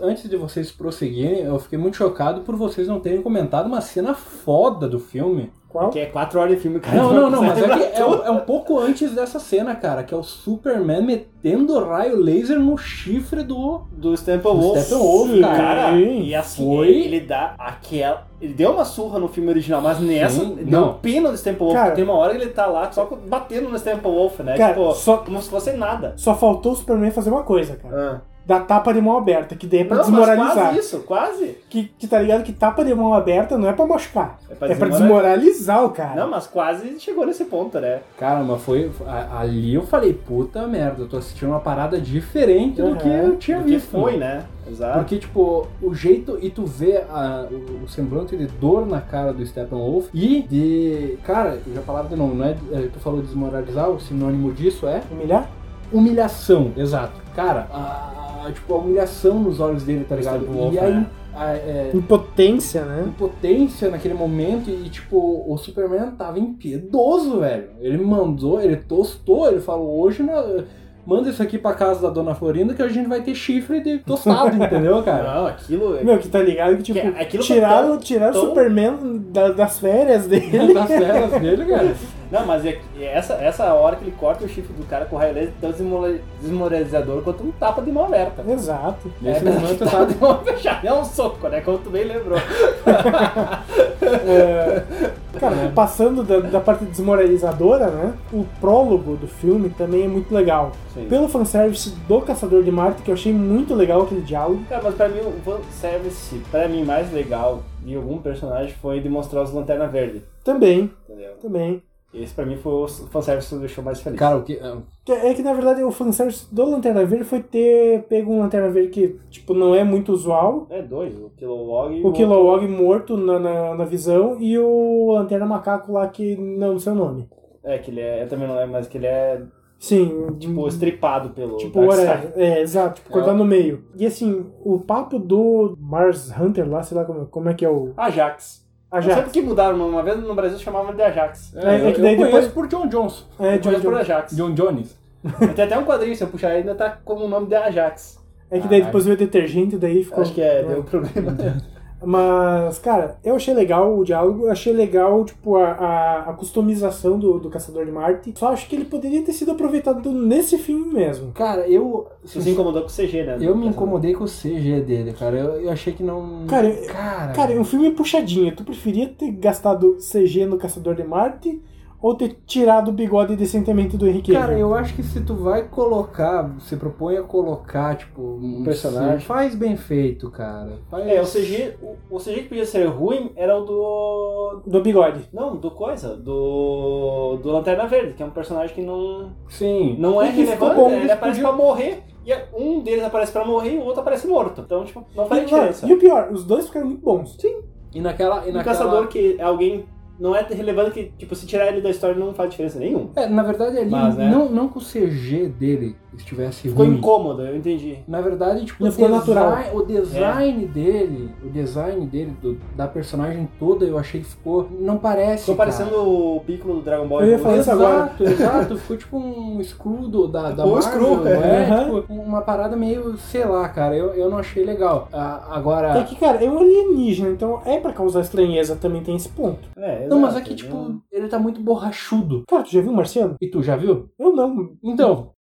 [SPEAKER 3] Antes de vocês prosseguirem, eu fiquei muito chocado por vocês não terem comentado uma cena foda do filme.
[SPEAKER 1] qual?
[SPEAKER 2] Que é 4 horas de filme, cara.
[SPEAKER 3] Não, não, não, mas é que é, um- é um pouco antes dessa cena, cara, que é o Superman metendo raio laser no chifre do.
[SPEAKER 2] do Steppenwolf.
[SPEAKER 3] Do Steppenwolf,
[SPEAKER 2] Sim,
[SPEAKER 3] cara.
[SPEAKER 2] E assim,
[SPEAKER 3] Foi.
[SPEAKER 2] ele dá aquela. Ele deu uma surra no filme original, mas nessa,
[SPEAKER 3] Sim,
[SPEAKER 2] deu
[SPEAKER 3] não.
[SPEAKER 2] um pino no Steppenwolf.
[SPEAKER 1] Cara.
[SPEAKER 2] tem uma hora que ele tá lá só batendo no Steppenwolf, né?
[SPEAKER 1] Cara,
[SPEAKER 2] tipo,
[SPEAKER 1] só-
[SPEAKER 2] como se fosse nada.
[SPEAKER 1] Só faltou o Superman fazer uma coisa, cara.
[SPEAKER 2] Ah.
[SPEAKER 1] Dar tapa de mão aberta, que daí é pra
[SPEAKER 2] Não, mas
[SPEAKER 1] desmoralizar.
[SPEAKER 2] quase isso, quase.
[SPEAKER 1] Que, que tá ligado que tapa de mão aberta não é pra machucar.
[SPEAKER 2] É pra
[SPEAKER 1] É pra
[SPEAKER 2] desmoralizar.
[SPEAKER 1] desmoralizar o cara.
[SPEAKER 2] Não, mas quase chegou nesse ponto, né?
[SPEAKER 3] Cara, mas foi. a- ali eu falei, puta merda, eu tô assistindo uma parada diferente do que
[SPEAKER 1] Aham,
[SPEAKER 3] eu tinha
[SPEAKER 2] Porque
[SPEAKER 3] visto.
[SPEAKER 2] foi, né? Exato.
[SPEAKER 3] Porque, tipo, o jeito. E tu vê a- o, o semblante de dor na cara do Steppenwolf e de. Cara, eu já falava de novo, não é? é, Tu falou desmoralizar, o sinônimo disso é
[SPEAKER 1] Humilhar?
[SPEAKER 3] humilhação. Exato. Cara, a, a- tipo, a humilhação nos olhos dele, tá
[SPEAKER 2] Do
[SPEAKER 3] ligado?
[SPEAKER 2] Steppenwolf,
[SPEAKER 3] E a,
[SPEAKER 2] né?
[SPEAKER 3] a- é,
[SPEAKER 1] Impotência, né?
[SPEAKER 3] impotência naquele momento e, tipo, o Superman tava impiedoso, velho. Ele mandou, ele tostou, ele falou, hoje não. Manda isso aqui pra casa da dona Florinda que a gente vai ter chifre de tostado, entendeu, cara?
[SPEAKER 2] Não, aquilo. é
[SPEAKER 1] Meu, que tá ligado que, tipo,
[SPEAKER 2] Que é aquilo foi
[SPEAKER 1] tiraram, tiraram o
[SPEAKER 2] tão-
[SPEAKER 1] Superman da- das férias dele.
[SPEAKER 3] das férias dele, cara.
[SPEAKER 2] Não, mas é, é essa, essa hora que ele corta o chifre do cara com o raio laser é tão desmora- desmoralizador quanto um tapa de mão aberta.
[SPEAKER 1] Exato.
[SPEAKER 3] Nesse
[SPEAKER 2] é,
[SPEAKER 3] momento
[SPEAKER 2] tá
[SPEAKER 3] tá-
[SPEAKER 2] de mão fechada. É um soco, né? Como tu bem lembrou. É.
[SPEAKER 1] Cara, passando da, da parte desmoralizadora, né? O prólogo do filme também é muito legal.
[SPEAKER 2] Sim.
[SPEAKER 1] Pelo fanservice do Caçador de Marte, que eu achei muito legal aquele diálogo.
[SPEAKER 2] Cara, mas pra mim o fan service, pra mim, mais legal de algum personagem foi demonstrar os Lanterna Verde,
[SPEAKER 1] Também,
[SPEAKER 2] entendeu?
[SPEAKER 1] também.
[SPEAKER 2] Esse pra mim foi o fanservice que me deixou mais feliz.
[SPEAKER 3] Cara, o que.
[SPEAKER 1] Que- É que na verdade o fanservice do Lanterna Verde foi ter pego um Lanterna Verde que, tipo, não é muito usual.
[SPEAKER 2] É dois, o Kilowog e
[SPEAKER 1] O Kilowog morto na, na, na visão e o Lanterna Macaco lá que não sei o nome.
[SPEAKER 2] É, que ele é. Eu também não lembro, mas que ele é
[SPEAKER 1] Sim, de,
[SPEAKER 2] tipo, estripado pelo.
[SPEAKER 1] Uhum. Tipo,
[SPEAKER 2] Darkseid.
[SPEAKER 1] whatever. É, exato, tipo,
[SPEAKER 3] É.
[SPEAKER 1] cortar no meio. E assim, o papo do Mars Hunter lá, sei lá como, como é que é o. Ah,
[SPEAKER 2] Ajax. Ajax.
[SPEAKER 1] Ajax.
[SPEAKER 2] Sabe por que mudaram? Uma vez no Brasil chamavam ele de Ajax.
[SPEAKER 1] É, é que daí
[SPEAKER 3] eu conheço
[SPEAKER 1] depois-
[SPEAKER 3] por John Jones.
[SPEAKER 1] É,
[SPEAKER 2] Eu
[SPEAKER 1] John,
[SPEAKER 2] conheço por
[SPEAKER 1] John.
[SPEAKER 2] Ajax.
[SPEAKER 3] John Jones.
[SPEAKER 2] Tem até um quadrinho, se eu puxar ele, ainda tá como o nome de Ajax.
[SPEAKER 1] é que daí
[SPEAKER 3] Caralho.
[SPEAKER 1] depois veio o detergente, daí ficou.
[SPEAKER 2] Acho que é, deu problema.
[SPEAKER 1] Mas, cara, eu achei legal o diálogo, eu achei legal, tipo, a, a, a customização do, do Caçador de Marte. Só acho que ele poderia ter sido aproveitado nesse filme mesmo.
[SPEAKER 3] Cara, eu.
[SPEAKER 2] Isso se incomodou com o CG, né?
[SPEAKER 3] Eu me incomodei com o CG dele, cara. Eu, eu achei que não.
[SPEAKER 1] Cara, eu-
[SPEAKER 3] Cara.
[SPEAKER 1] Cara, é um filme puxadinho. Tu preferia ter gastado CG no Caçador de Marte ou ter tirado o bigode decentemente do Henrique?
[SPEAKER 3] Cara,
[SPEAKER 1] Cavill?
[SPEAKER 3] eu acho que se tu vai colocar, se propõe a colocar, tipo, um
[SPEAKER 2] personagem.
[SPEAKER 3] sim, faz bem feito, cara. Faz-
[SPEAKER 2] É, o CG, o, o CG que podia ser ruim era o do.
[SPEAKER 1] Do bigode.
[SPEAKER 2] Não, do coisa, do. do Lanterna Verde, que é um personagem que não.
[SPEAKER 3] Sim.
[SPEAKER 2] não é
[SPEAKER 1] E que ficou
[SPEAKER 2] relevante,
[SPEAKER 1] bom,
[SPEAKER 2] né?
[SPEAKER 1] eles
[SPEAKER 2] ele aparece
[SPEAKER 1] podiam-
[SPEAKER 2] pra morrer, e um deles aparece pra morrer e o outro aparece morto. Então, tipo, não faz
[SPEAKER 1] E, mano,
[SPEAKER 2] diferença.
[SPEAKER 1] e o pior, os dois ficaram muito bons.
[SPEAKER 3] E naquela. E
[SPEAKER 2] Um
[SPEAKER 3] naquela...
[SPEAKER 2] caçador que é alguém não é relevante que, tipo, se tirar ele da história não faz diferença nenhuma.
[SPEAKER 3] É, na verdade, ali,
[SPEAKER 2] Mas, né?
[SPEAKER 3] não, não que o CG dele estivesse
[SPEAKER 2] Ficou
[SPEAKER 1] Hum.
[SPEAKER 3] ruim.
[SPEAKER 2] incômodo, eu entendi.
[SPEAKER 3] Na verdade, tipo,
[SPEAKER 1] Não
[SPEAKER 3] o
[SPEAKER 1] ficou
[SPEAKER 3] design,
[SPEAKER 1] natural.
[SPEAKER 3] o
[SPEAKER 2] É.
[SPEAKER 3] design dele, o design dele, do- da personagem toda, eu achei que ficou. Não parece.
[SPEAKER 2] Ficou
[SPEAKER 3] cara.
[SPEAKER 2] parecendo o Piccolo do Dragon Ball.
[SPEAKER 1] Eu ia falar
[SPEAKER 2] Evolution.
[SPEAKER 1] isso agora.
[SPEAKER 3] Exato, exato. Ficou tipo um screw do, da, da
[SPEAKER 2] Um
[SPEAKER 3] Marvel,
[SPEAKER 2] screw,
[SPEAKER 3] né?
[SPEAKER 1] é.
[SPEAKER 3] Tipo, uma parada meio, sei lá, cara. Eu, eu não achei legal. Ah, agora...
[SPEAKER 1] É que, cara, é um alienígena, então é pra causar estranheza também, tem esse ponto.
[SPEAKER 2] É,
[SPEAKER 3] não, mas
[SPEAKER 2] exato,
[SPEAKER 3] é que,
[SPEAKER 2] né?
[SPEAKER 3] tipo, ele tá muito borrachudo.
[SPEAKER 1] Cara, tu já viu o Marciano?
[SPEAKER 3] E tu, já viu?
[SPEAKER 1] Eu não.
[SPEAKER 3] Então,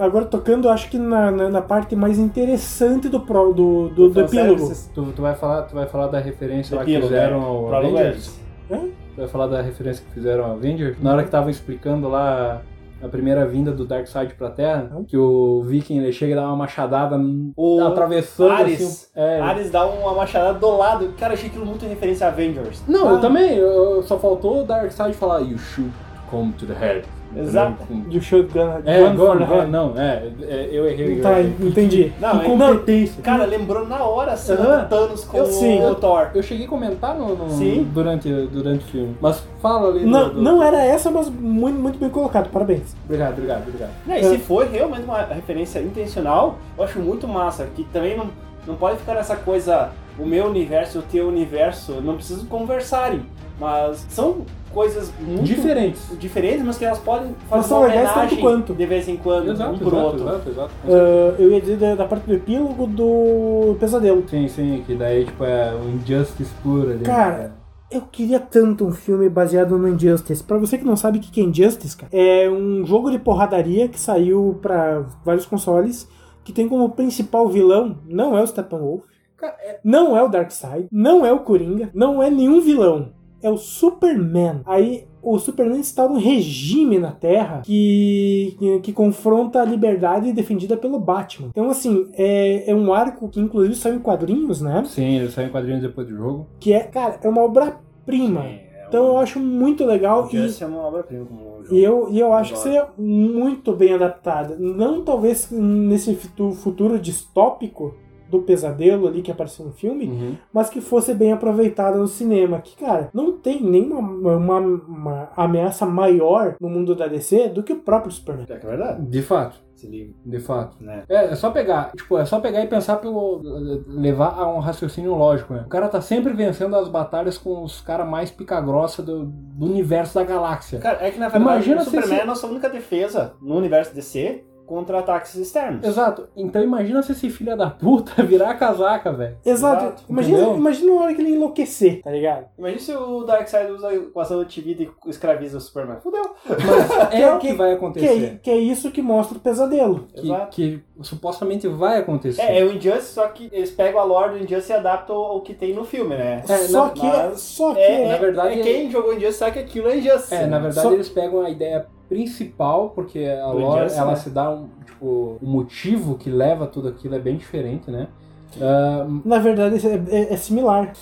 [SPEAKER 1] Agora tocando, acho que na, na, na parte mais interessante do, pro, do, do,
[SPEAKER 2] Então,
[SPEAKER 1] do epílogo.
[SPEAKER 2] fanservice,
[SPEAKER 3] tu, tu, vai falar, tu vai falar da referência lá que
[SPEAKER 2] epílogo,
[SPEAKER 3] fizeram
[SPEAKER 2] né?
[SPEAKER 3] ao
[SPEAKER 2] Prólogo
[SPEAKER 3] Avengers?
[SPEAKER 2] é esse.
[SPEAKER 3] Tu vai falar da referência que fizeram ao Avengers? Na hora que tava explicando lá a primeira vinda do Darkseid pra Terra, que o Viking ele chega e dá uma machadada n-
[SPEAKER 2] O
[SPEAKER 3] atravessando
[SPEAKER 2] Ares.
[SPEAKER 3] assim... É,
[SPEAKER 2] Ares dá uma machadada do lado. Cara, eu achei aquilo muito referência a Avengers.
[SPEAKER 3] Não,
[SPEAKER 1] Ah.
[SPEAKER 3] eu também. Eu, eu- só faltou o Darkseid falar You should come to the head.
[SPEAKER 2] Exato.
[SPEAKER 1] De shotgun.
[SPEAKER 3] É,
[SPEAKER 1] gun for
[SPEAKER 3] agora,
[SPEAKER 1] the head.
[SPEAKER 3] não, é, é, eu errei. eu
[SPEAKER 1] Tá,
[SPEAKER 3] errei.
[SPEAKER 1] entendi.
[SPEAKER 2] Não, é-
[SPEAKER 1] Incompetência.
[SPEAKER 2] Cara, lembrou na hora assim,
[SPEAKER 1] Aham.
[SPEAKER 2] o Thanos com
[SPEAKER 1] Eu- sim.
[SPEAKER 2] o Thor.
[SPEAKER 3] Eu cheguei a comentar no, no-
[SPEAKER 2] Sim.
[SPEAKER 3] Durante, durante o filme. Mas fala ali. do-
[SPEAKER 1] Não,
[SPEAKER 3] do-
[SPEAKER 1] não era essa, mas muito, muito bem colocado, parabéns.
[SPEAKER 3] Obrigado, obrigado, obrigado.
[SPEAKER 2] Não, e se for realmente uma referência intencional, eu acho muito massa. Que também não, não pode ficar nessa coisa, o meu universo, o teu universo, não preciso conversarem. Mas são coisas muito
[SPEAKER 3] Diferentes.
[SPEAKER 2] diferentes, mas que elas podem
[SPEAKER 1] Mas
[SPEAKER 2] fazer
[SPEAKER 1] são
[SPEAKER 2] uma
[SPEAKER 1] legais tanto
[SPEAKER 2] homenagem
[SPEAKER 1] quanto.
[SPEAKER 2] de vez em quando,
[SPEAKER 3] Exato,
[SPEAKER 2] um pro
[SPEAKER 3] exato,
[SPEAKER 2] outro.
[SPEAKER 3] exato, exato.
[SPEAKER 1] Ah, eu ia dizer da, da parte do epílogo do pesadelo.
[SPEAKER 3] Sim, sim, que daí tipo é o Injustice puro ali.
[SPEAKER 1] Cara, Eu queria tanto um filme baseado no Injustice. Pra você que não sabe o que que é Injustice, cara, é um jogo de porradaria que saiu pra vários consoles, que tem como principal vilão, não é o Steppenwolf,
[SPEAKER 3] Cara,
[SPEAKER 1] não é o Darkseid, não é o Coringa, não é nenhum vilão. É o Superman. Aí o Superman instaura um regime na Terra que, que, que confronta a liberdade defendida pelo Batman. Então, assim, é, é um arco que inclusive saiu em quadrinhos, né?
[SPEAKER 3] É. Sim, ele saiu em quadrinhos depois do jogo.
[SPEAKER 1] Que é, cara, é uma obra-prima.
[SPEAKER 2] É,
[SPEAKER 1] Então eu
[SPEAKER 2] o
[SPEAKER 1] acho muito legal e,
[SPEAKER 3] assim,
[SPEAKER 2] Injustice é uma obra-prima como o jogo.
[SPEAKER 1] e eu, e eu acho que
[SPEAKER 2] Adoro.
[SPEAKER 1] seria muito bem adaptada. Não talvez nesse fitu- futuro distópico do pesadelo ali que apareceu no filme,
[SPEAKER 3] Hum.
[SPEAKER 1] mas que fosse bem aproveitada no cinema. Que, cara, não tem nenhuma uma- uma ameaça maior no mundo da DC do que o próprio Superman.
[SPEAKER 2] É que é verdade.
[SPEAKER 3] De fato,
[SPEAKER 2] Esse livro,
[SPEAKER 3] de fato.
[SPEAKER 2] né?
[SPEAKER 3] É, é só pegar, tipo, é só pegar e pensar pelo. levar a um raciocínio lógico, né? O cara tá sempre vencendo as batalhas com os caras mais pica-grossa do, do universo da galáxia.
[SPEAKER 2] Cara, é que na verdade o
[SPEAKER 3] Imagina se
[SPEAKER 2] Superman
[SPEAKER 3] esse-
[SPEAKER 2] é a nossa única defesa no universo DC contra ataques externos.
[SPEAKER 3] Exato. Então imagina se esse filho da puta virar a casaca, velho.
[SPEAKER 1] Exato.
[SPEAKER 2] Exato,
[SPEAKER 1] imagina,
[SPEAKER 3] entendeu?
[SPEAKER 1] imagina na hora que ele enlouquecer, tá ligado?
[SPEAKER 2] Imagina se o Darkseid usa a equação antivida e escraviza o Superman. Fudeu.
[SPEAKER 3] Mas é o que
[SPEAKER 1] que-
[SPEAKER 3] vai
[SPEAKER 1] Que é,
[SPEAKER 3] acontecer.
[SPEAKER 1] que é isso que mostra o pesadelo.
[SPEAKER 3] Que,
[SPEAKER 2] Exato.
[SPEAKER 3] que supostamente vai acontecer.
[SPEAKER 2] É, é o Injustice, só que eles pegam a lore do Injustice e adaptam ao que tem no filme, né?
[SPEAKER 3] É,
[SPEAKER 1] só,
[SPEAKER 3] não,
[SPEAKER 1] que,
[SPEAKER 2] mas-
[SPEAKER 1] só que.
[SPEAKER 2] É,
[SPEAKER 3] na
[SPEAKER 2] na
[SPEAKER 3] verdade,
[SPEAKER 2] verdade, é quem jogou Injustice sabe que aquilo é Injustice.
[SPEAKER 3] É, na verdade
[SPEAKER 1] Só-
[SPEAKER 3] eles pegam a ideia principal, porque a
[SPEAKER 2] Do
[SPEAKER 3] lore,
[SPEAKER 2] Injustice,
[SPEAKER 3] ela
[SPEAKER 2] né?
[SPEAKER 3] se dá um, tipo, o motivo que leva tudo aquilo é bem diferente, né? Ah,
[SPEAKER 1] Na verdade, é, é- é similar.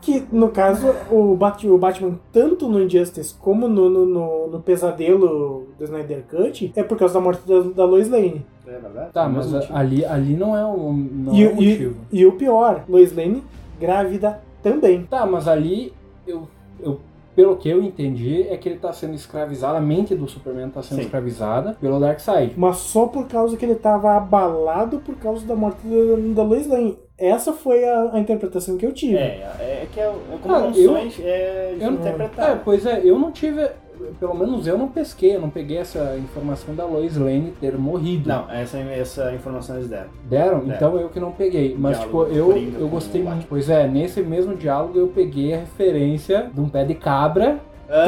[SPEAKER 1] Que, no caso, o, Bat- o Batman, tanto no Injustice como no, no, no- no Pesadelo do Snyder Cut, é por causa da morte da, da Lois Lane.
[SPEAKER 2] É, na verdade.
[SPEAKER 3] tá,
[SPEAKER 1] Mas
[SPEAKER 3] mas
[SPEAKER 1] o
[SPEAKER 3] a-
[SPEAKER 1] motivo.
[SPEAKER 3] ali, ali não é o, não
[SPEAKER 1] e,
[SPEAKER 3] é o
[SPEAKER 1] o- e-
[SPEAKER 3] motivo.
[SPEAKER 1] e o pior, Lois Lane grávida também.
[SPEAKER 3] Tá, mas ali, eu, eu, pelo que eu entendi, é que ele tá sendo escravizado, a mente do Superman tá sendo
[SPEAKER 2] Sim.
[SPEAKER 3] escravizada pelo Darkseid.
[SPEAKER 1] Mas só por causa que ele tava abalado por causa da morte da, da Lois Lane. Essa foi a, a interpretação que eu tive.
[SPEAKER 2] É, é que é, é como
[SPEAKER 3] Cara,
[SPEAKER 2] um
[SPEAKER 3] Ah, eu-
[SPEAKER 2] sonho é de
[SPEAKER 3] Eu não-
[SPEAKER 2] interpretar.
[SPEAKER 3] É, pois é, eu não tive, pelo menos eu não pesquei, eu não peguei essa informação da Lois Lane ter morrido.
[SPEAKER 2] Não, essa, essa informação eles deram.
[SPEAKER 3] Deram?
[SPEAKER 2] Deram.
[SPEAKER 3] Então eu que não peguei. Mas, tipo,
[SPEAKER 2] É. Diálogo do
[SPEAKER 3] eu,
[SPEAKER 2] Coringa
[SPEAKER 3] eu
[SPEAKER 2] com
[SPEAKER 3] gostei
[SPEAKER 2] o Batman.
[SPEAKER 3] muito. Pois é, nesse mesmo diálogo eu peguei a referência de um pé de cabra,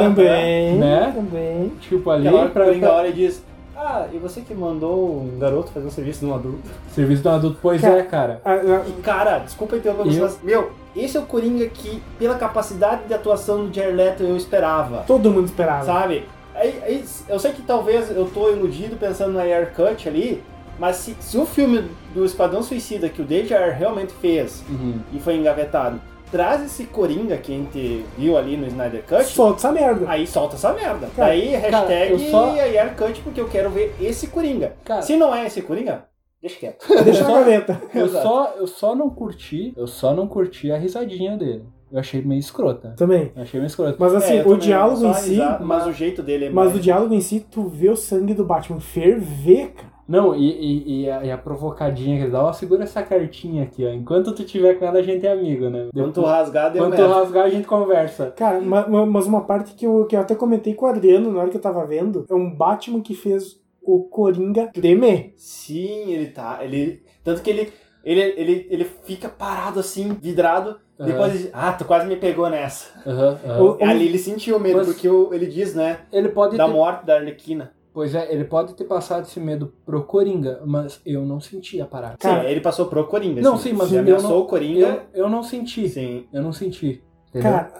[SPEAKER 1] Também,
[SPEAKER 3] Né?
[SPEAKER 1] também.
[SPEAKER 3] tipo, ali
[SPEAKER 2] Aquela hora que o
[SPEAKER 3] pra,
[SPEAKER 2] Coringa
[SPEAKER 3] pra-
[SPEAKER 2] olha e diz, ah, e você que mandou um garoto fazer um serviço num adulto?
[SPEAKER 3] serviço de um adulto. Pois
[SPEAKER 1] Cara,
[SPEAKER 3] é, cara.
[SPEAKER 1] A- a-
[SPEAKER 2] E, cara, desculpa interromper você,
[SPEAKER 3] Eu-
[SPEAKER 2] mas, meu, esse é o Coringa que, pela capacidade de atuação do Jared Leto, eu esperava,
[SPEAKER 1] todo mundo esperava.
[SPEAKER 2] sabe? Aí, aí, eu sei que talvez eu tô iludido pensando na Air Cut ali, mas se, se o filme do Esquadrão Suicida, que o DJR realmente fez
[SPEAKER 3] Uhum.
[SPEAKER 2] e foi engavetado, traz esse Coringa que a gente viu ali no Snyder Cut,
[SPEAKER 1] Solta essa merda.
[SPEAKER 2] Aí solta essa merda.
[SPEAKER 1] Cara,
[SPEAKER 2] Daí hashtag
[SPEAKER 3] eu só-
[SPEAKER 2] Yarcut, porque eu quero ver esse Coringa.
[SPEAKER 3] Cara,
[SPEAKER 2] Se não é esse Coringa, deixa quieto.
[SPEAKER 1] Deixa a gaveta.
[SPEAKER 3] eu
[SPEAKER 2] Exato.
[SPEAKER 3] só, eu só não curti, eu só não curti a risadinha dele. Eu achei meio escrota.
[SPEAKER 1] Também.
[SPEAKER 3] Eu achei meio escrota.
[SPEAKER 1] Mas assim,
[SPEAKER 2] É, eu
[SPEAKER 1] o
[SPEAKER 2] também,
[SPEAKER 1] diálogo
[SPEAKER 2] só
[SPEAKER 1] em si.
[SPEAKER 2] avisar, mas o jeito dele é
[SPEAKER 1] Mas
[SPEAKER 2] mais-
[SPEAKER 1] o diálogo em si, tu vê o sangue do Batman ferver, cara.
[SPEAKER 3] Não, e, e- e a, e a provocadinha que ele dá, ó, segura essa cartinha aqui, ó. Enquanto tu tiver com ela, a gente é amigo, né?
[SPEAKER 2] Quando tu rasgado é
[SPEAKER 3] Quando tu
[SPEAKER 2] merda.
[SPEAKER 3] rasgar, a gente conversa.
[SPEAKER 1] Cara, ma- ma- mas uma parte que eu, que eu até comentei com o Adriano na hora que eu tava vendo é um Batman que fez o Coringa tremer.
[SPEAKER 2] Sim, ele tá. Ele. Tanto que ele. Ele, ele, ele fica parado assim, vidrado. Depois ele diz, ah, tu quase me pegou nessa.
[SPEAKER 3] Aham, aham.
[SPEAKER 1] O-
[SPEAKER 2] Ali ele sentiu o medo,
[SPEAKER 3] Mas-
[SPEAKER 2] porque o- ele diz, né?
[SPEAKER 3] Ele pode
[SPEAKER 2] Da
[SPEAKER 3] ter
[SPEAKER 2] morte da Arlequina.
[SPEAKER 3] Pois é, ele pode ter passado esse medo pro Coringa, mas eu não senti a parada.
[SPEAKER 1] Cara-
[SPEAKER 2] sim, ele passou pro Coringa.
[SPEAKER 3] Tá.
[SPEAKER 2] assim.
[SPEAKER 3] Não, sim, mas
[SPEAKER 2] Ele
[SPEAKER 3] eu
[SPEAKER 2] ameaçou
[SPEAKER 3] não-
[SPEAKER 2] o Coringa.
[SPEAKER 3] Eu, eu não senti.
[SPEAKER 2] Sim.
[SPEAKER 3] Eu não senti. Entendeu?
[SPEAKER 1] Cara,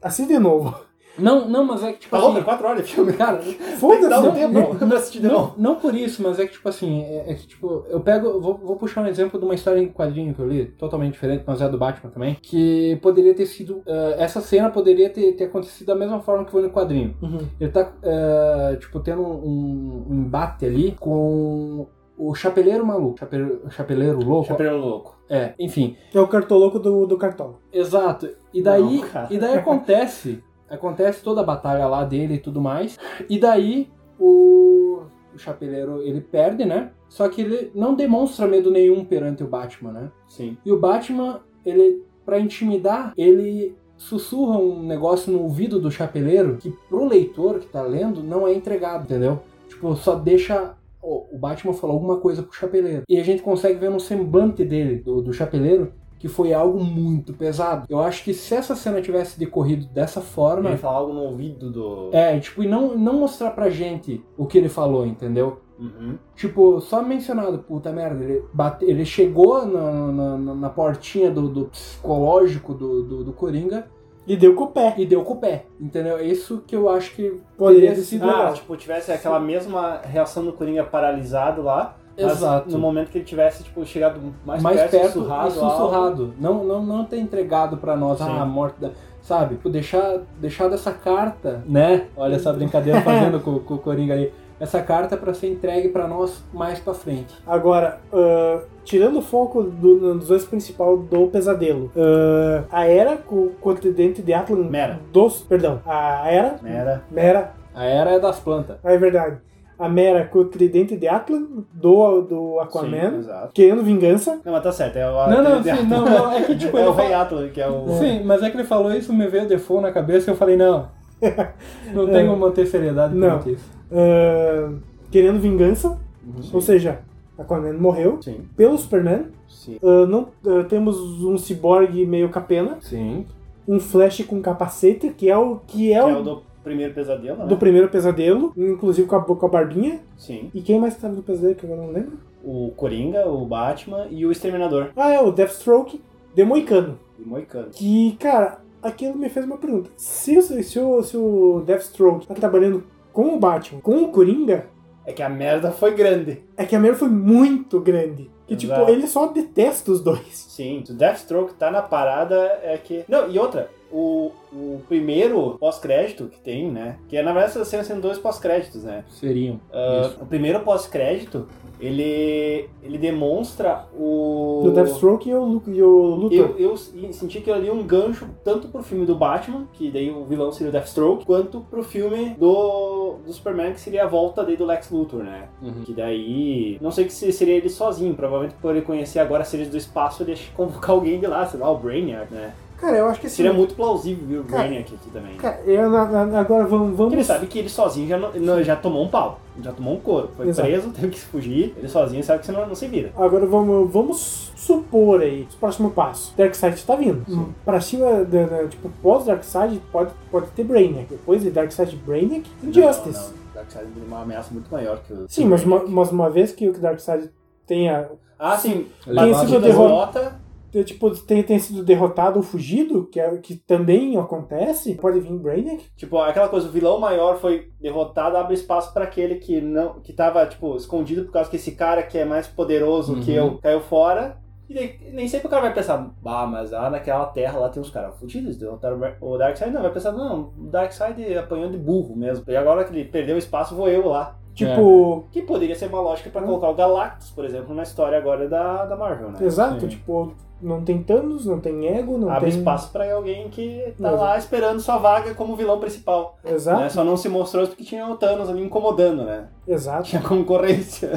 [SPEAKER 1] assim de novo.
[SPEAKER 3] não, não, mas é que tipo
[SPEAKER 2] Tá
[SPEAKER 3] assim.
[SPEAKER 2] outra, quatro horas de filme.
[SPEAKER 3] Cara,
[SPEAKER 2] Dá
[SPEAKER 1] Foda-se.
[SPEAKER 2] um tempo pra assistir de novo.
[SPEAKER 3] não, não por isso, mas é que tipo assim, é, é que tipo, eu pego, eu vou, vou puxar um exemplo de uma história em quadrinho que eu li, totalmente diferente, mas é do Batman também, que poderia ter sido, ah, essa cena poderia ter, ter acontecido da mesma forma que foi no quadrinho.
[SPEAKER 1] Uhum.
[SPEAKER 3] Ele tá, é, tipo, tendo um, um embate ali com o Chapeleiro Maluco, Chapeleiro, Chapeleiro Louco,
[SPEAKER 2] Chapéu louco.
[SPEAKER 3] é, enfim,
[SPEAKER 1] É o cartoloco do, do cartola.
[SPEAKER 3] Exato. E daí,
[SPEAKER 2] Não, cara.
[SPEAKER 3] e daí acontece, acontece toda a batalha lá dele e tudo mais. E daí o, o chapeleiro ele perde, né? Só que ele não demonstra medo nenhum perante o Batman, né?
[SPEAKER 2] Sim.
[SPEAKER 3] E o Batman, ele para intimidar, ele sussurra um negócio no ouvido do chapeleiro que pro leitor que tá lendo não é entregado, entendeu? Tipo, só deixa ó, o Batman falar alguma coisa pro chapeleiro. E a gente consegue ver no semblante dele, do, do chapeleiro, que foi algo muito pesado. Eu acho que se essa cena tivesse decorrido dessa forma,
[SPEAKER 2] Ele fala algo no ouvido do.
[SPEAKER 3] é, tipo, e não, não mostrar pra gente o que ele falou, entendeu?
[SPEAKER 2] Uhum.
[SPEAKER 3] Tipo, só mencionado, puta merda, ele, bate, ele chegou na, na, na- na portinha do, do psicológico do, do, do Coringa
[SPEAKER 1] E deu com o pé.
[SPEAKER 3] e deu com o pé, entendeu? É Isso que eu acho que
[SPEAKER 1] Poderia
[SPEAKER 3] Poderia
[SPEAKER 1] ter
[SPEAKER 3] ter
[SPEAKER 1] sido
[SPEAKER 2] Ah,
[SPEAKER 1] legal.
[SPEAKER 2] tipo, tivesse aquela mesma reação do Coringa paralisado lá. mas
[SPEAKER 3] Exato.
[SPEAKER 2] No momento que ele tivesse, tipo, chegado mais,
[SPEAKER 3] mais, perto,
[SPEAKER 2] perto,
[SPEAKER 3] e
[SPEAKER 2] sussurrado. lá,
[SPEAKER 3] sussurrado. Não, não, não ter entregado pra nós
[SPEAKER 2] Sim.
[SPEAKER 3] ah, a morte da... Sabe? Tipo, deixar, deixar dessa carta, né? Olha essa brincadeira fazendo com, com o Coringa ali. Essa carta pra ser entregue pra nós mais pra frente.
[SPEAKER 1] Agora, ah, tirando o foco do, dos dois principal do pesadelo, ah, a era com o continente de Atlan.
[SPEAKER 2] Mera.
[SPEAKER 1] Dos, perdão, a era.
[SPEAKER 2] Mera.
[SPEAKER 1] Mera,
[SPEAKER 3] A era é das plantas.
[SPEAKER 1] é verdade. A Mera é com o tridente de Atlan, do, do
[SPEAKER 2] Sim,
[SPEAKER 1] Aquaman,
[SPEAKER 2] exato.
[SPEAKER 1] querendo vingança.
[SPEAKER 2] Não, mas tá certo. É o
[SPEAKER 3] Tá Não, não,
[SPEAKER 2] é,
[SPEAKER 3] sim, não, não, é que tipo...
[SPEAKER 2] é
[SPEAKER 3] ele
[SPEAKER 2] o
[SPEAKER 3] fala-
[SPEAKER 2] Rei Atlas, que é o.
[SPEAKER 3] Sim, mas é que ele falou isso, me veio o default na cabeça e eu falei, não. É. Não tem como manter seriedade
[SPEAKER 1] Não.
[SPEAKER 3] perante isso.
[SPEAKER 1] ah, querendo vingança.
[SPEAKER 2] Uhum.
[SPEAKER 1] Ou seja, Aquaman morreu
[SPEAKER 2] Sim,
[SPEAKER 1] pelo Superman.
[SPEAKER 2] sim.
[SPEAKER 1] Ah, não, ah, temos um ciborgue meio capena,
[SPEAKER 3] Sim.
[SPEAKER 1] um Flash com capacete, que é o que é,
[SPEAKER 2] Que é
[SPEAKER 1] o
[SPEAKER 2] o do primeiro pesadelo, né?
[SPEAKER 1] do primeiro pesadelo, inclusive com a, com a barbinha.
[SPEAKER 2] Sim.
[SPEAKER 1] E quem mais tava no pesadelo que eu não lembro?
[SPEAKER 2] O Coringa, o Batman e o Exterminador.
[SPEAKER 1] Ah, é o Deathstroke Demoicano.
[SPEAKER 2] E o Moicano.
[SPEAKER 1] Que, cara, aquilo me fez uma pergunta. Se, o- se, o, se o Deathstroke tá trabalhando com o Batman, com o Coringa,
[SPEAKER 2] É que a merda foi grande.
[SPEAKER 1] é que a merda foi muito grande. Que, tipo,
[SPEAKER 2] Exato.
[SPEAKER 1] ele só detesta os dois.
[SPEAKER 2] Sim, o Deathstroke tá na parada, é que... Não, e outra, o, o primeiro pós-crédito que tem, né? Que é, na verdade, essas cenas sendo dois pós-créditos, né?
[SPEAKER 3] Seriam.
[SPEAKER 2] Ah,
[SPEAKER 3] Isso.
[SPEAKER 2] o primeiro pós-crédito, ele, ele demonstra o...
[SPEAKER 1] O Deathstroke e o, Lu- e o Luthor.
[SPEAKER 2] Eu, eu senti que ali um gancho tanto pro filme do Batman, que daí o vilão seria o Deathstroke, quanto pro filme do, do Superman, que seria a volta daí do Lex Luthor, né?
[SPEAKER 3] Uhum.
[SPEAKER 2] Que daí. Não sei que se seria ele sozinho, provavelmente por ele conhecer agora seres do espaço, ele ia convocar alguém de lá, sei lá, o Brainiac, né?
[SPEAKER 1] Cara, eu acho que assim,
[SPEAKER 2] Seria muito plausível ver o
[SPEAKER 1] Cara,
[SPEAKER 2] Brainiac aqui também. Porque
[SPEAKER 1] Cara, eu, na- na- agora vamos. vamos...
[SPEAKER 2] ele sabe que ele sozinho já, não- não, já tomou um pau, já tomou um couro. Foi
[SPEAKER 1] Exato.
[SPEAKER 2] preso, teve que fugir. Ele sozinho sabe que você não, não se vira.
[SPEAKER 1] Agora vamos, vamos supor aí o próximo passo. Darkseid tá vindo.
[SPEAKER 2] Sim.
[SPEAKER 1] Pra cima, da, da- tipo, pós-Darkseid pode, pode ter Brainiac. Depois de Darkseid Brainiac, Injustice.
[SPEAKER 2] Não, não. Darkseid é uma ameaça muito maior que o.
[SPEAKER 1] Sim, mas uma, mas uma vez que o Darkseid tenha,
[SPEAKER 2] Ah, sim.
[SPEAKER 1] Tem
[SPEAKER 3] Levado-
[SPEAKER 1] esse
[SPEAKER 2] Batida
[SPEAKER 1] derro-
[SPEAKER 2] rota,
[SPEAKER 1] tenha, tipo, tenha, tenha sido derrotado ou fugido, que, é, o que também acontece, pode vir Brainiac.
[SPEAKER 2] Tipo, aquela coisa, o vilão maior foi derrotado, abre espaço pra aquele que não que tava, tipo, escondido por causa que esse cara que é mais poderoso que
[SPEAKER 3] Uhum.
[SPEAKER 2] eu caiu fora. E daí, nem sempre o cara vai pensar, bah, mas lá naquela terra lá tem uns caras fudidos, derrotaram o Bar- o Darkseid. Não, vai pensar, não, o Darkseid apanhou de burro mesmo. E agora que ele perdeu o espaço, vou eu lá.
[SPEAKER 1] Tipo,
[SPEAKER 2] Que poderia ser uma lógica pra
[SPEAKER 1] Hum.
[SPEAKER 2] colocar o Galactus, por exemplo, na história agora da, da Marvel, né?
[SPEAKER 1] exato,
[SPEAKER 3] Sim.
[SPEAKER 1] tipo, não tem Thanos, não tem Ego, não
[SPEAKER 2] Abre
[SPEAKER 1] tem...
[SPEAKER 2] espaço pra alguém que tá
[SPEAKER 1] Exato.
[SPEAKER 2] lá esperando sua vaga como vilão principal.
[SPEAKER 1] Exato,
[SPEAKER 2] Né? Só não se mostrou porque tinha o Thanos ali incomodando, né?
[SPEAKER 1] exato.
[SPEAKER 2] Tinha concorrência.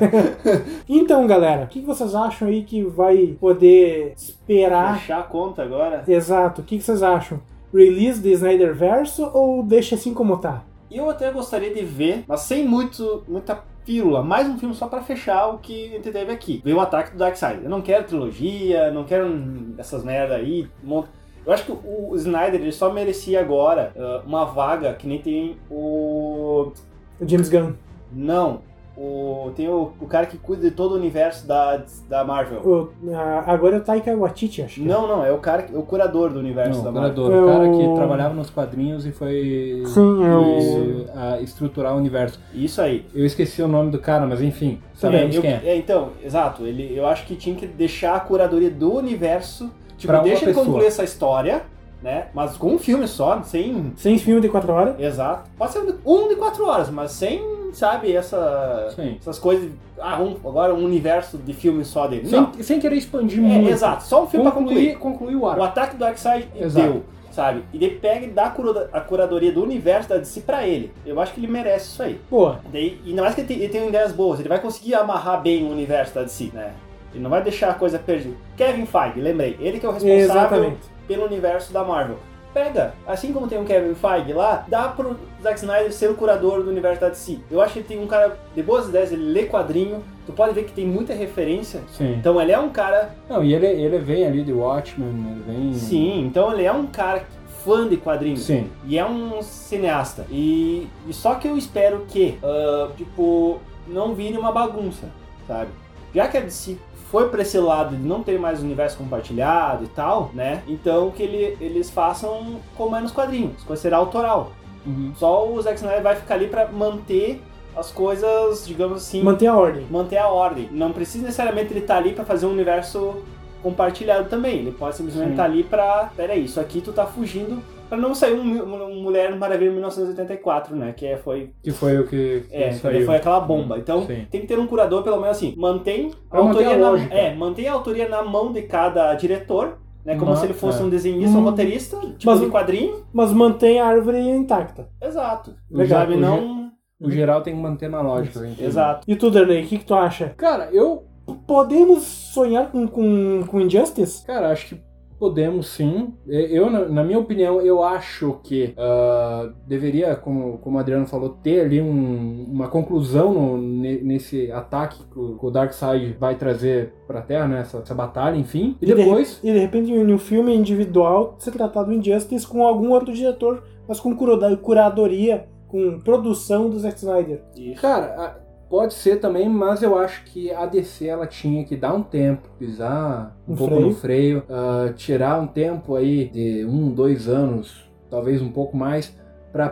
[SPEAKER 1] Então, galera, o que vocês acham aí que vai poder esperar
[SPEAKER 2] Fechar a conta agora.
[SPEAKER 1] Exato. O que que vocês acham? Release do Snyder Verso ou deixa assim como tá?
[SPEAKER 2] E eu até gostaria de ver, mas sem muito, muita pílula, mais um filme só pra fechar o que a gente teve aqui. Veio o ataque do Darkseid. Eu não quero trilogia, não quero hum, essas merda aí. um monte- Eu acho que o Snyder ele só merecia agora ah, uma vaga que nem tem o
[SPEAKER 1] O James Gunn,
[SPEAKER 2] não o tem o, o cara que cuida de todo o universo da, da Marvel.
[SPEAKER 1] o- a- agora é o Taika Waititi, acho. que é.
[SPEAKER 2] Não, não é o cara que- o curador do universo
[SPEAKER 3] Não,
[SPEAKER 2] da
[SPEAKER 3] o
[SPEAKER 2] Marvel.
[SPEAKER 3] curador, o cara
[SPEAKER 1] Eu-
[SPEAKER 3] que trabalhava nos quadrinhos e foi
[SPEAKER 1] Sim, é o-
[SPEAKER 3] e, a estruturar o universo.
[SPEAKER 2] Isso aí.
[SPEAKER 3] Eu esqueci o nome do cara, mas enfim,
[SPEAKER 2] É,
[SPEAKER 3] sabemos
[SPEAKER 2] eu-
[SPEAKER 3] quem é.
[SPEAKER 2] é, então, exato. Ele, eu acho que tinha que deixar a curadoria do universo. Tipo,
[SPEAKER 3] Pra uma
[SPEAKER 2] deixa ele
[SPEAKER 3] pessoa.
[SPEAKER 2] concluir essa história, né? Mas com um filme só, sem.
[SPEAKER 1] Sem filme de 4 horas.
[SPEAKER 2] Exato. Pode ser um de quatro horas, mas sem, sabe, essa,
[SPEAKER 3] Sim.
[SPEAKER 2] essas coisas. Ah, um, agora um universo de filme só dele. Não.
[SPEAKER 3] Sem, sem querer expandir
[SPEAKER 2] É,
[SPEAKER 3] muito.
[SPEAKER 2] exato. Só um filme pra concluir.
[SPEAKER 3] Concluir, concluir o
[SPEAKER 2] O
[SPEAKER 3] arco.
[SPEAKER 2] ataque do Darkseid e
[SPEAKER 3] Exato.
[SPEAKER 2] deu, sabe? E ele pega e dá a, cura- a curadoria do universo da DC pra ele. Eu acho que ele merece isso aí.
[SPEAKER 1] Boa.
[SPEAKER 2] Daí, e ainda mais que ele tem, ele tem ideias boas, ele vai conseguir amarrar bem o universo da DC, né? Ele não vai deixar a coisa perdida. Kevin Feige, lembrei, ele que é o responsável
[SPEAKER 1] Exatamente.
[SPEAKER 2] pelo universo da Marvel. Pega, assim como tem o Kevin Feige lá, dá pro Zack Snyder ser o curador do universo da DC. Eu acho que ele tem um cara de boas ideias, ele lê quadrinho, tu pode ver que tem muita referência.
[SPEAKER 3] Sim.
[SPEAKER 2] Então ele é um cara
[SPEAKER 3] Não, e ele, ele vem ali de Watchmen, ele vem.
[SPEAKER 2] Sim, então ele é um cara que- fã de quadrinhos.
[SPEAKER 3] Sim.
[SPEAKER 2] E é um cineasta. E, e só que eu espero que, ah, tipo, não vire uma bagunça, sabe? Já que a DC foi pra esse lado de não ter mais universo compartilhado e tal, né? Então que ele- eles façam como é nos quadrinhos, coisa será autoral.
[SPEAKER 3] Uhum.
[SPEAKER 2] Só o Zack Snyder vai ficar ali pra manter as coisas, digamos assim,
[SPEAKER 1] Manter a ordem.
[SPEAKER 2] manter a ordem. Não precisa necessariamente ele estar ali pra fazer um universo compartilhado também. Ele pode simplesmente
[SPEAKER 3] Sim.
[SPEAKER 2] estar ali pra. Peraí, isso aqui tu tá fugindo pra não sair um, um Mulher Maravilha em 1984, né? Que é- foi,
[SPEAKER 3] Que foi o que, que
[SPEAKER 2] é,
[SPEAKER 3] saiu. Hum,
[SPEAKER 2] foi aquela bomba. Então.
[SPEAKER 3] Sim.
[SPEAKER 2] Tem que ter um curador, pelo menos assim, mantém a,
[SPEAKER 3] Pra manter
[SPEAKER 2] autoria
[SPEAKER 3] a
[SPEAKER 2] na,
[SPEAKER 3] lógica.
[SPEAKER 2] é, mantém a autoria na mão de cada diretor, né? Como
[SPEAKER 3] Mas-
[SPEAKER 2] se ele fosse
[SPEAKER 3] é.
[SPEAKER 2] um desenhista,
[SPEAKER 1] Hum.
[SPEAKER 2] um roteirista, tipo
[SPEAKER 1] Mas
[SPEAKER 2] de
[SPEAKER 1] o-
[SPEAKER 2] quadrinho.
[SPEAKER 1] Mas mantém a árvore intacta.
[SPEAKER 2] Exato.
[SPEAKER 3] Legal.
[SPEAKER 2] Sabe,
[SPEAKER 3] O
[SPEAKER 2] não.
[SPEAKER 3] O geral tem que manter na lógica. eu entendo.
[SPEAKER 2] Exato.
[SPEAKER 1] E tu, Darnay, o que, que tu acha?
[SPEAKER 3] Cara, eu.
[SPEAKER 1] Podemos sonhar com, com, com Injustice?
[SPEAKER 3] Cara, acho que Podemos sim. É, Eu, na na minha opinião, eu acho que ah, deveria, como, como o Adriano falou, ter ali um- uma conclusão no- ne- nesse ataque que o, que o Darkseid vai trazer pra Terra, né? Essa, essa batalha, enfim. E
[SPEAKER 1] de re-
[SPEAKER 3] depois...
[SPEAKER 1] E de repente, em um filme individual, ser tratado em Injustice com algum outro diretor, mas com curoda- curadoria, com produção do Zack Snyder.
[SPEAKER 2] Isso.
[SPEAKER 3] Cara, a- pode ser também, mas eu acho que a DC ela tinha que dar um tempo, pisar um
[SPEAKER 1] No
[SPEAKER 3] pouco
[SPEAKER 1] freio.
[SPEAKER 3] no freio, ah, tirar um tempo aí de um, dois anos, talvez um pouco mais, para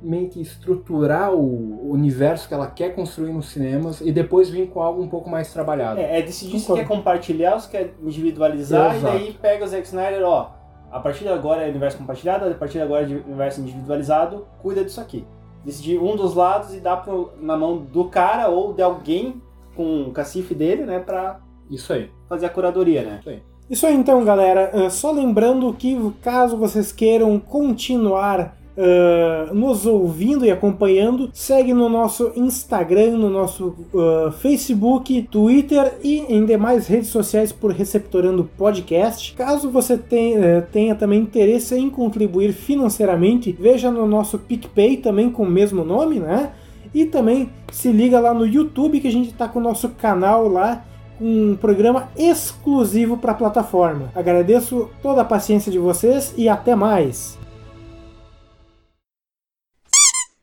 [SPEAKER 3] primeiramente estruturar o universo que ela quer construir nos cinemas e depois vir com algo um pouco mais trabalhado.
[SPEAKER 2] É, é decidir se
[SPEAKER 1] Concordo.
[SPEAKER 2] quer compartilhar, se quer individualizar,
[SPEAKER 3] Exato.
[SPEAKER 2] e daí pega o Zack Snyder, ó. A partir de agora é universo compartilhado, a partir de agora é de- universo individualizado, cuida disso aqui. Decidir um dos lados e dar pro- na mão do cara ou de alguém com o cacife dele, né, pra
[SPEAKER 3] Isso aí.
[SPEAKER 2] fazer a curadoria, né?
[SPEAKER 1] Isso aí então, galera. Ah, só lembrando que caso vocês queiram continuar ah, nos ouvindo e acompanhando, segue no nosso Instagram, no nosso ah, Facebook, Twitter e em demais redes sociais por Receptorando Podcast. Caso você tenha, eh, tenha também interesse em contribuir financeiramente, veja no nosso PicPay também com o mesmo nome, né? E também se liga lá no YouTube que a gente está com o nosso canal lá um programa exclusivo para a plataforma. Agradeço toda a paciência de vocês e até mais!